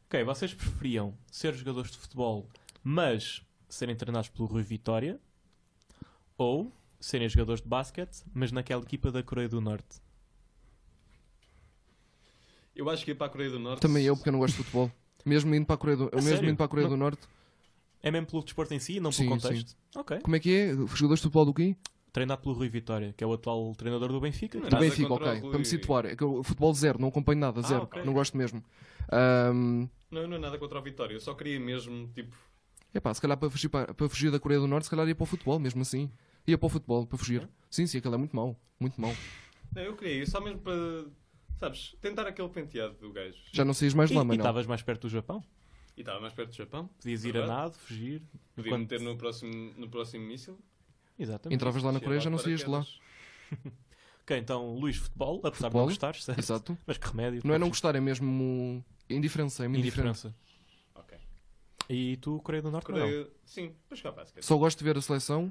Ok, vocês preferiam ser jogadores de futebol, mas serem treinados pelo Rui Vitória? Ou serem jogadores de basquete, mas naquela equipa da Coreia do Norte?
Eu acho que ia para a Coreia do Norte.
Também eu, porque eu não gosto de futebol. Mesmo indo para a Coreia do, mesmo
sério?
indo para a Coreia do Norte.
É mesmo pelo desporto em si, não
Sim,
pelo contexto? Ok.
Como é que é? Os jogadores de futebol do quê?
Treinado pelo Rui Vitória, que é o atual treinador do Benfica.
Não é
Do
nada
Benfica,
contra o
ok.
Rui. Ah,
Para me situar, é que eu futebol zero, não acompanho nada, zero.
ok.
Não gosto mesmo. Ahm,
Não, não é nada contra a Vitória, eu só queria mesmo, tipo.
epá, se calhar para fugir, para, para fugir da Coreia do Norte, se calhar ia para o futebol, mesmo assim. Ia para o futebol, para fugir. Sim, sim, aquele é muito mau. Muito mau.
Não, eu queria, só mesmo para. Sabes, tentar aquele penteado do gajo.
Já não saís mais
E
lá,
e
Manel.
estavas mais perto do Japão?
E estava mais perto do Japão.
Podias ir a
Verdade.
nado, fugir.
Podia
enquanto-
meter no próximo, no próximo míssil.
Exatamente.
Entravas lá na
Chegar
Coreia, já não
de
saías de lá.
paraquedas.
Ok, então, Luís, futebol, apesar de
Futebol?
não gostares, certo?
Exato.
Mas que remédio.
Não é não gostar, é mesmo indiferença. É indiferença.
Indiferença.
Ok.
E tu, Coreia do Norte, não?
Coreia... Sim, para jogar basquete.
Só gosto de ver a seleção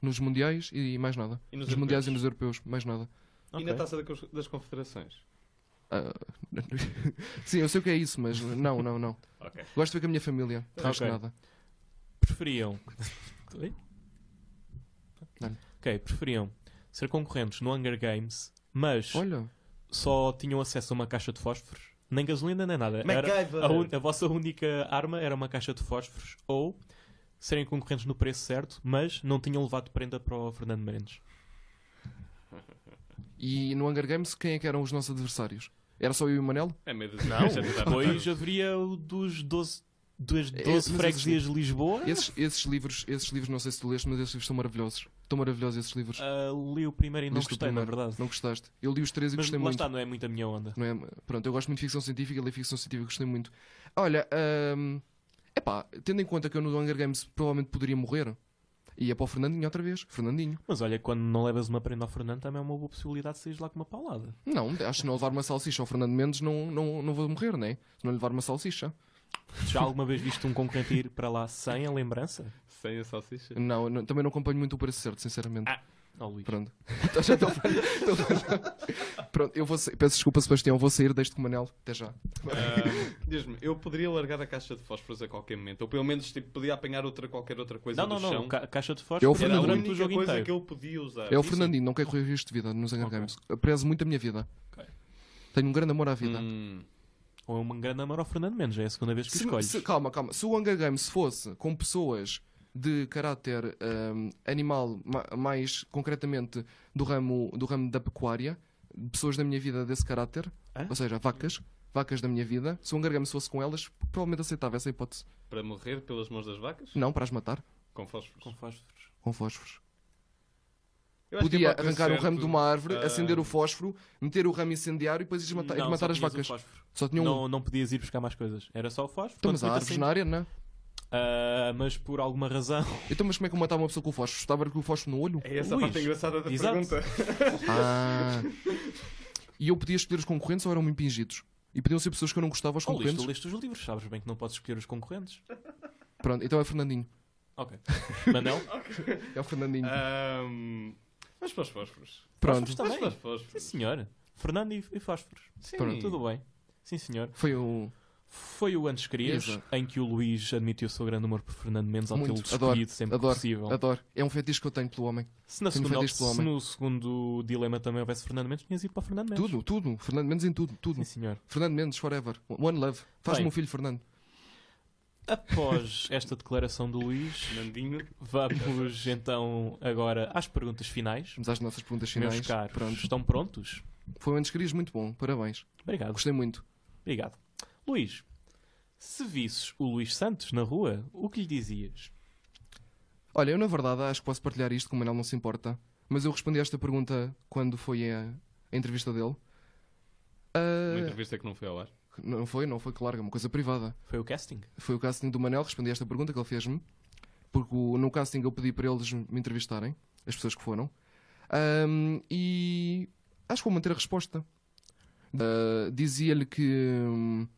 nos mundiais e mais nada.
E
nos
nos europeus?
mundiais e nos europeus, mais nada.
E
Ok.
na taça da Cons- das confederações.
Ah, sim, eu sei o que é isso, mas não, não, não.
Ok.
Gosto de ver com a minha família. De resto,
Ok.
nada.
preferiam. Oi?
Nada.
Ok, preferiam ser concorrentes no Hunger Games, mas
Olha,
só tinham acesso a uma caixa de fósforos, nem gasolina, nem nada. Era
MacGyver!
a, un- a vossa única arma era uma caixa de fósforos, ou serem concorrentes no preço certo, mas não tinham levado prenda para o Fernando Mendes.
e no Hunger Games, quem é que eram os nossos adversários? Era só eu e o Manel?
É medo
Não, depois
Depois...
haveria o dos 12, dos
É,
12
mas
freguesias de Lisboa.
Esses, esses livros, esses livros, não sei se tu leste, mas esses livros são maravilhosos. Estão maravilhosos esses livros.
Ah, li o primeiro e não
Leste o
gostei, na
primeiro.
verdade.
Não gostaste. Eu li os três e
Mas
gostei
lá
muito.
está, não é muito a minha onda.
Não é? Pronto, eu gosto muito de ficção científica, li ficção científica, gostei muito. Olha, hum, epá, tendo em conta que eu no Hunger Games provavelmente poderia morrer, ia para o Fernandinho outra vez. Fernandinho.
Mas olha, quando não levas uma prenda ao Fernando, também é uma boa possibilidade de sair lá com uma paulada.
Não, acho que não levar uma salsicha ao Fernando Mendes não, não, não vou morrer, né? Se não levar uma salsicha.
Já alguma vez viste um concorrente ir para lá sem a lembrança?
Sem a salsicha.
Não, eu não- também não acompanho muito o preço certo, sinceramente.
Ah. Oh, Luís.
Pronto. Então já estou. estou- Pronto, eu vou sa- Peço desculpa, Sebastião, vou sair deste com o Manel. Até já.
Ahm, Diz-me, eu poderia largar a caixa de fósforos a qualquer momento. Ou pelo menos tipo, podia apanhar outra, qualquer outra coisa
Não,
do
não, não.
chão.
Ca caixa de
É o
fósforo
Era a
Fernando,
durante
única
o jogo
coisa
inteiro.
que eu podia usar. tipo,
É o
Sim,
Fernandinho, não quer correr risco de vida nos Hunger Games. Prezo muito a minha vida. Tenho um grande amor à
sim.
vida.
Hum,
Ou é um grande amor ao Fernando Mendes, já é a segunda vez que
Se-
escolhes.
se- calma, calma. Se o Hunger Games fosse com pessoas de caráter hum, animal, ma- mais concretamente do ramo, do ramo da pecuária, pessoas da minha vida desse caráter,
Hã?
ou seja, vacas, vacas da minha vida, se o Hunger Games fosse com elas, provavelmente aceitava essa hipótese.
para morrer pelas mãos das vacas?
Não, para as matar,
Com fósforos.
Com fósforos.
com fósforos.
Eu acho que
Podia
é para o preço
arrancar o ramo
certo.
de uma árvore,
Ah,
acender o fósforo, meter o ramo incendiário e depois ir matar, ir
Não,
Então, é matar
só
as
tinhas o
vacas.
fósforo.
Só tinha um.
Não, não podias ir buscar mais coisas. Era só o fósforo.
Então, mas há
Quando
árvores
foi
na
para
área, não é?
sair- Ah, mas por alguma razão.
Então, mas como é que eu matava uma pessoa com o fósforo? Estava com o fósforo no olho?
É essa a
Luís.
parte engraçada da
Exato.
pergunta.
Ah. E eu podia escolher os concorrentes ou eram impingidos? E podiam ser pessoas que eu não gostava aos
Oh, Luís,
concorrentes?
tu leste os livros, sabes bem que não podes escolher os concorrentes.
Pronto, então é o Fernandinho.
Ok. Manel?
É o Fernandinho.
Ah,
Ahm, Vamos para os fósforos.
Pronto.
fósforos
Vamos para os
também. Sim,
fósforos.
senhor. Fernando e, e fósforos.
Sim.
Pronto.
Tudo bem. Sim, senhor.
Foi um o.
Foi o Antes Querias,
Exato.
em que o Luís admitiu o seu grande amor por Fernando Mendes ao tê-lo
Muito.
despedido
Adoro.
sempre que
Adoro.
possível.
Adoro. É um fetiche que eu tenho pelo homem.
Se, na
Tenho
segunda,
fetiche pelo
se
homem.
no segundo dilema também houvesse Fernando Mendes, tinhas ido para o Fernando Mendes.
Tudo, tudo. Fernando Mendes em tudo, tudo.
Sim, senhor.
Fernando Mendes, forever. One love. Faz-me
Bem.
um filho, Fernando.
Após esta declaração do Luís,
Nandinho.
vamos então agora às perguntas finais.
Vamos às nossas perguntas
Meus
finais.
caros,
Pronto.
estão prontos?
Foi um antes querias muito bom. Parabéns.
Obrigado.
Gostei muito.
Obrigado. Luís, se visses o Luís Santos na rua, o que lhe dizias?
Olha, eu na verdade acho que posso partilhar isto, como ele não se importa. Mas eu respondi a esta pergunta quando foi a, a entrevista dele. Ah,
Uma entrevista que não foi ao ar.
não foi, não foi, claro, é uma coisa privada.
Foi o casting?
Foi o casting do Manel, respondi a esta pergunta que ele fez-me. Porque o- no casting eu pedi para eles me entrevistarem, as pessoas que foram. Ahm, e acho que vou manter a resposta. Ah, Dizia-lhe que hum,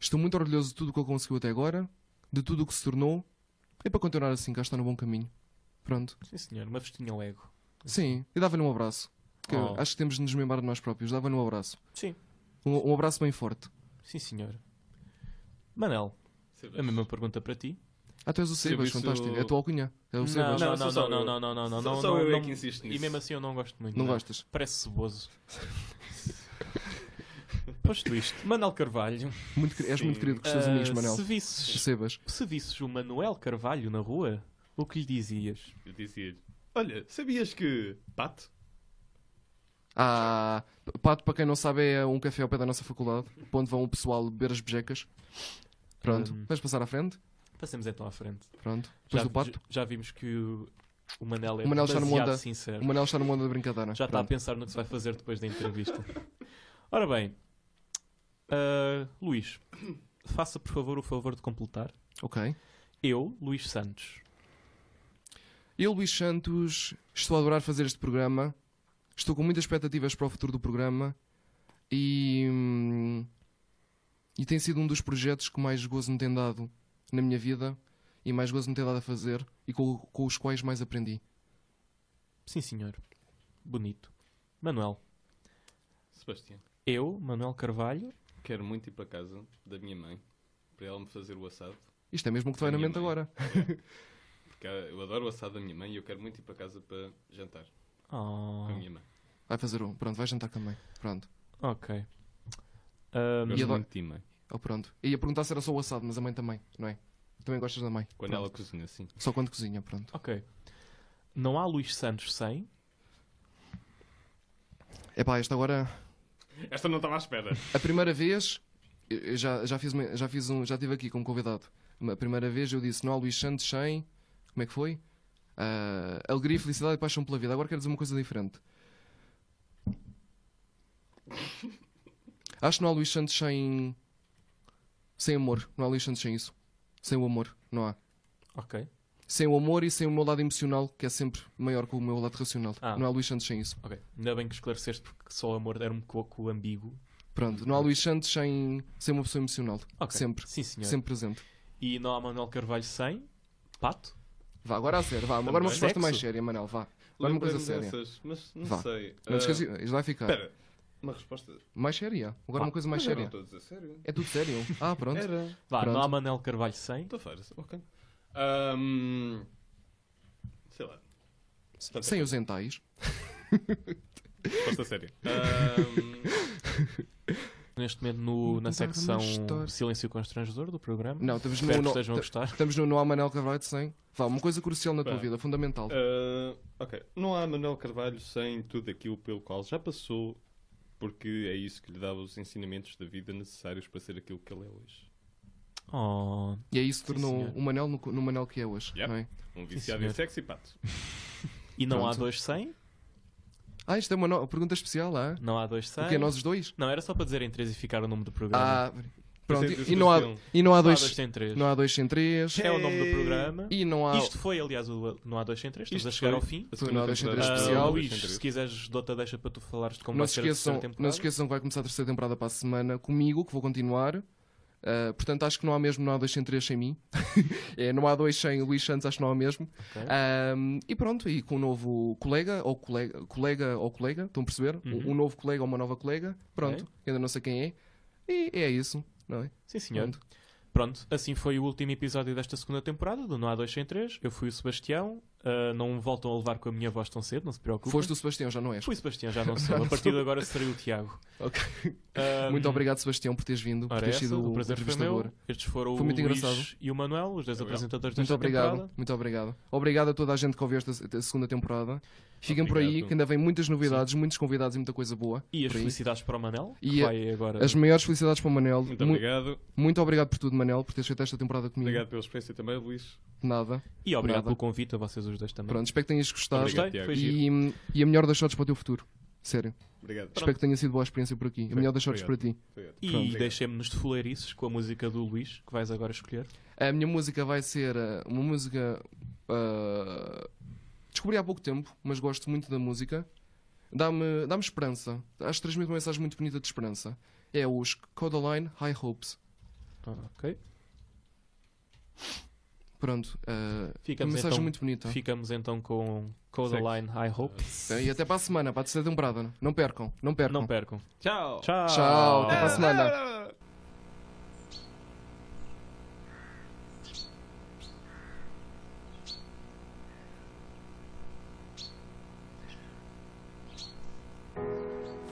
estou muito orgulhoso de tudo o que ele conseguiu até agora, de tudo o que se tornou, e para continuar assim, cá está no bom caminho. Pronto.
Sim, senhor, uma festinha ao ego.
Sim, e dava-lhe um abraço. Que eu
Oh.
Acho que temos de nos lembrar de nós próprios. Dava-lhe um abraço.
Sim.
Um, um abraço bem forte.
Sim, senhor. Manel, a mesma pergunta para ti.
Ah, tu és o Sebas,
Serviço-
fantástico. É a tua alcunha. É o
Não,
Sebas.
não,
Não, sou
não,
só
não, não,
eu.
não, não, não, não,
Só-
não,
só eu é
não.
que insisto
E
nisso.
mesmo assim eu não gosto muito.
Não gostas?
Parece ceboso. Posto isto, Manel Carvalho,
Muito, que- és muito querido com os teus
ah,
amigos, Manel.
se visses,
Sebas.
se visses o Manuel Carvalho na rua, o que lhe dizias?
Eu dizia-lhe: Olha, sabias que. Pato?
Ah, Pato, para quem não sabe, é um café ao pé da nossa faculdade, para onde vão o pessoal beber as bejecas. Pronto,
Hum.
vais passar à frente. Passemos
Então à frente.
Pronto. Depois
já,
do Pato.
já vimos que o, o Manel é
O Manel está numa
demasiado
onda-
sincero.
O Manel está no mundo da brincadeira.
Já tá está a
Pronto.
pensar no que se vai fazer depois da entrevista. Ora bem, ah, Luís, faça por favor o favor de completar.
Ok.
Eu, Luís Santos,
Eu, Luís Santos, estou a adorar fazer este programa. Estou com muitas expectativas para o futuro do programa. E. hum, E tem sido um dos projetos que mais gozo me tem dado na minha vida e mais gozo me tem dado a fazer e com, com os quais mais aprendi.
Sim, senhor. Bonito. Manuel.
Sebastião,
Eu, Manuel Carvalho.
quero muito ir para casa da minha mãe para ela me fazer o assado.
Isto é mesmo o que te vai na
Minha
mente
mãe.
agora.
Porque eu adoro o assado da minha mãe e eu quero muito ir para casa para jantar
Oh,
Ah.
com a minha mãe.
Vai fazer um. Pronto, vai jantar também. Pronto.
ok. Ahm,
Gosto
adoro-
muito de ti, mãe.
Oh, pronto. Ia perguntar se era só o assado, mas a mãe também, não é? Também gostas da mãe.
Quando
Pronto.
ela cozinha, assim. sim.
Só quando cozinha, pronto.
ok. Não há Luís Santos sem.
Epá, esta agora.
Esta não estava à espera.
A primeira vez, eu- eu já, já, fiz, uma- já fiz um. Já estive aqui como convidado. A primeira vez eu disse: Não há Luís Santos sem. Como é que foi? Ah, alegria, felicidade e paixão pela vida. Agora quero dizer uma coisa diferente. Acho que não há Luís Santos sem. Sem amor. Não há Luís Santos sem isso. Sem o amor. Não há.
Ok.
sem o amor e sem o meu lado emocional, que é sempre maior que o meu lado racional.
Ah.
Não há Luís Santos sem isso.
Ok. Ainda bem que esclareceste porque só o amor era um pouco ambíguo.
Pronto, não há Luís Santos sem, sem uma pessoa emocional.
Ok.
Sempre.
Sim, senhor.
Sempre presente.
E não há Manuel Carvalho sem. Pato.
Vá, agora a sério, vá. Agora uma
Também.
resposta
Sexo?
mais séria, Manel, vá. Agora uma coisa séria.
Dessas, mas não
Vá.
sei.
Não
Ah,
te esqueças, isto vai ficar.
Espera, uma resposta.
Mais séria. Agora
Vá.
uma coisa mais
Mas eu não estou
séria.
a dizer sério.
É tudo sério. Ah, pronto.
Era.
Vá,
Pronto.
não há Manuel Carvalho sem.
Estou a fazer, ok. Ahm, sei lá,
Sem os entais.
resposta séria. Ahm,
Neste momento no- na
Não estava a
secção
gostar.
Silêncio Constrangedor do programa.
Não, estamos no.
Espero que
no-
estejam a
t-
gostar.
Estamos no Não há Manel Carvalho sem. Vá, uma coisa crucial na tua
Pá.
vida, fundamental.
ah, ok. Não há Manuel Carvalho sem tudo aquilo pelo qual já passou, porque é isso que lhe dá os ensinamentos da vida necessários para ser aquilo que ele é hoje.
Oh,
E é isso que
Sim,
tornou
senhor.
o Manel no, no Manel que é hoje.
Yep.
não é?
Um viciado em
senhor.
sexo e pato.
E não há
Pronto.
dois sem.
Ah, isto é uma no- pergunta especial, ah?
Não há dois sem.
O que é nós os dois?
Não, era só para dizerem três e ficar o nome do programa.
Ah, pronto.
Mas é
E, e não há,
desilusão.
e não há
Não há
dois,
dois sem três.
não há dois sem três.
É o nome do programa.
E não há.
Isto foi, aliás, o Não há dois sem três. Estamos
Isto
a chegar ao
foi
fim.
A
Foi
segunda
nada em
temporada
xadrez
do
especial.
Ah,
Manuel
Luís,
Alexandre.
se quiseres, dou-te a deixa para tu falares de como
não,
vai
se
ser a terceira
esqueçam, não
temporada.
se esqueçam que vai começar a terceira temporada para a semana comigo, que vou continuar. Ah, portanto, acho que não há mesmo não há dois sem três sem mim. é, não há dois sem Luís Santos, acho que não há mesmo.
Ok.
Ah, e pronto, e com um novo colega ou colega, colega ou colega, estão a perceber? Um, um novo colega ou uma nova colega, pronto,
Uhum. Ok.
ainda não sei quem é. E é isso. não é?
Sim, senhor.
Pronto.
Pronto, assim foi o último episódio desta segunda temporada do Não Há 2 Sem 3. Eu fui o Sebastião. Ah, não voltam a levar com a minha voz tão cedo, não se preocupem.
Foste o Sebastião, já não és.
Fui o Sebastião, já não sou. A partir de agora serei o Tiago.
Ok.
Ah,
Muito obrigado, Sebastião, por teres vindo, por
Ora,
teres
essa,
sido
o
o
prazer foi meu.
entrevistador.
Estes foram
Foi muito
o Luís
engraçado.
e o Manuel, os dois apresentadores
Muito
desta
obrigado,
temporada.
muito obrigado. Obrigado a toda a gente que ouviu esta, esta segunda temporada. Fiquem por aí,
Obrigado.
que ainda vem muitas novidades, muitos convidados e muita coisa boa.
E as
por aí.
felicidades para o Manel, que
E a-
vai agora...
As maiores felicidades para o Manel.
Muito
Mu-
obrigado.
muito obrigado por tudo, Manel, por teres feito esta temporada comigo.
Obrigado pela experiência também, Luís.
De Nada.
E obrigado
Nada.
pelo convite a vocês os dois também.
Pronto, espero que tenhas gostado.
Gostei,
Tiago.
foi giro.
E, e a melhor das sortes para o teu futuro. Sério.
Obrigado.
Espero que tenha sido boa experiência por aqui. A melhor das sortes para ti.
Obrigado.
E deixemos-nos de fuleirices com a música do Luís, que vais agora escolher.
A minha música vai ser uh, uma música. uh, descobri há pouco tempo, mas gosto muito da música. Dá-me dá esperança. Acho que transmite uma mensagem muito bonita de esperança. É os Codaline High Hopes.
ok.
Pronto. uh,
Ficamos
uma mensagem
então-
muito bonita.
Ficamos então com Codaline High Hope.
Então, E até para a semana, para a terceira temporada. né? Não percam, não percam.
Não Ah. percam.
Tchau.
Tchau.
Tchau, até para a semana.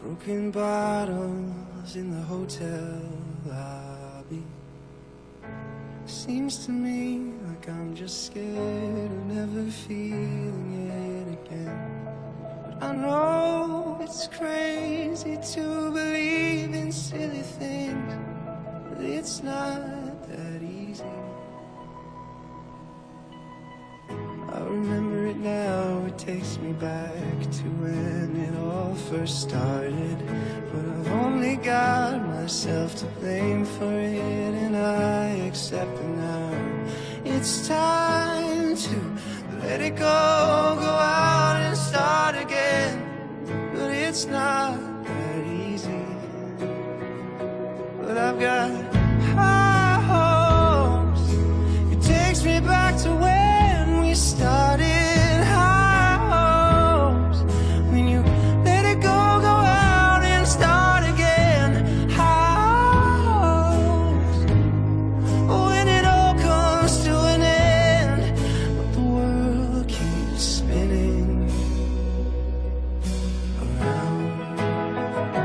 Broken bottles in the hotel lobby. Seems to me like I'm just scared of never feeling it again. But I know it's crazy to believe in silly things, but it's not that easy. I remember it now, it takes me back to when it all first started. But I've only got myself to blame for it, and I accept it now. It's time to let it go, go out and start again. But it's not that easy. But I've got high hopes. It takes me back to when we started high hopes. When you let it go, go out and start again. High hopes. When it all comes to an end, but the world keeps spinning around.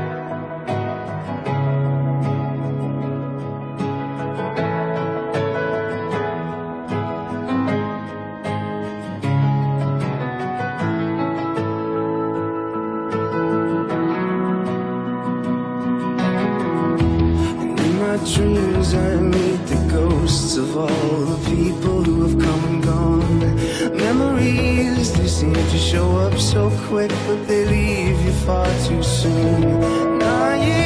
And in my dreams, I meet the ghosts of all the people who have come and gone. Memories, they seem to show up so quick, but they leave you far too soon. Now
Oh,
you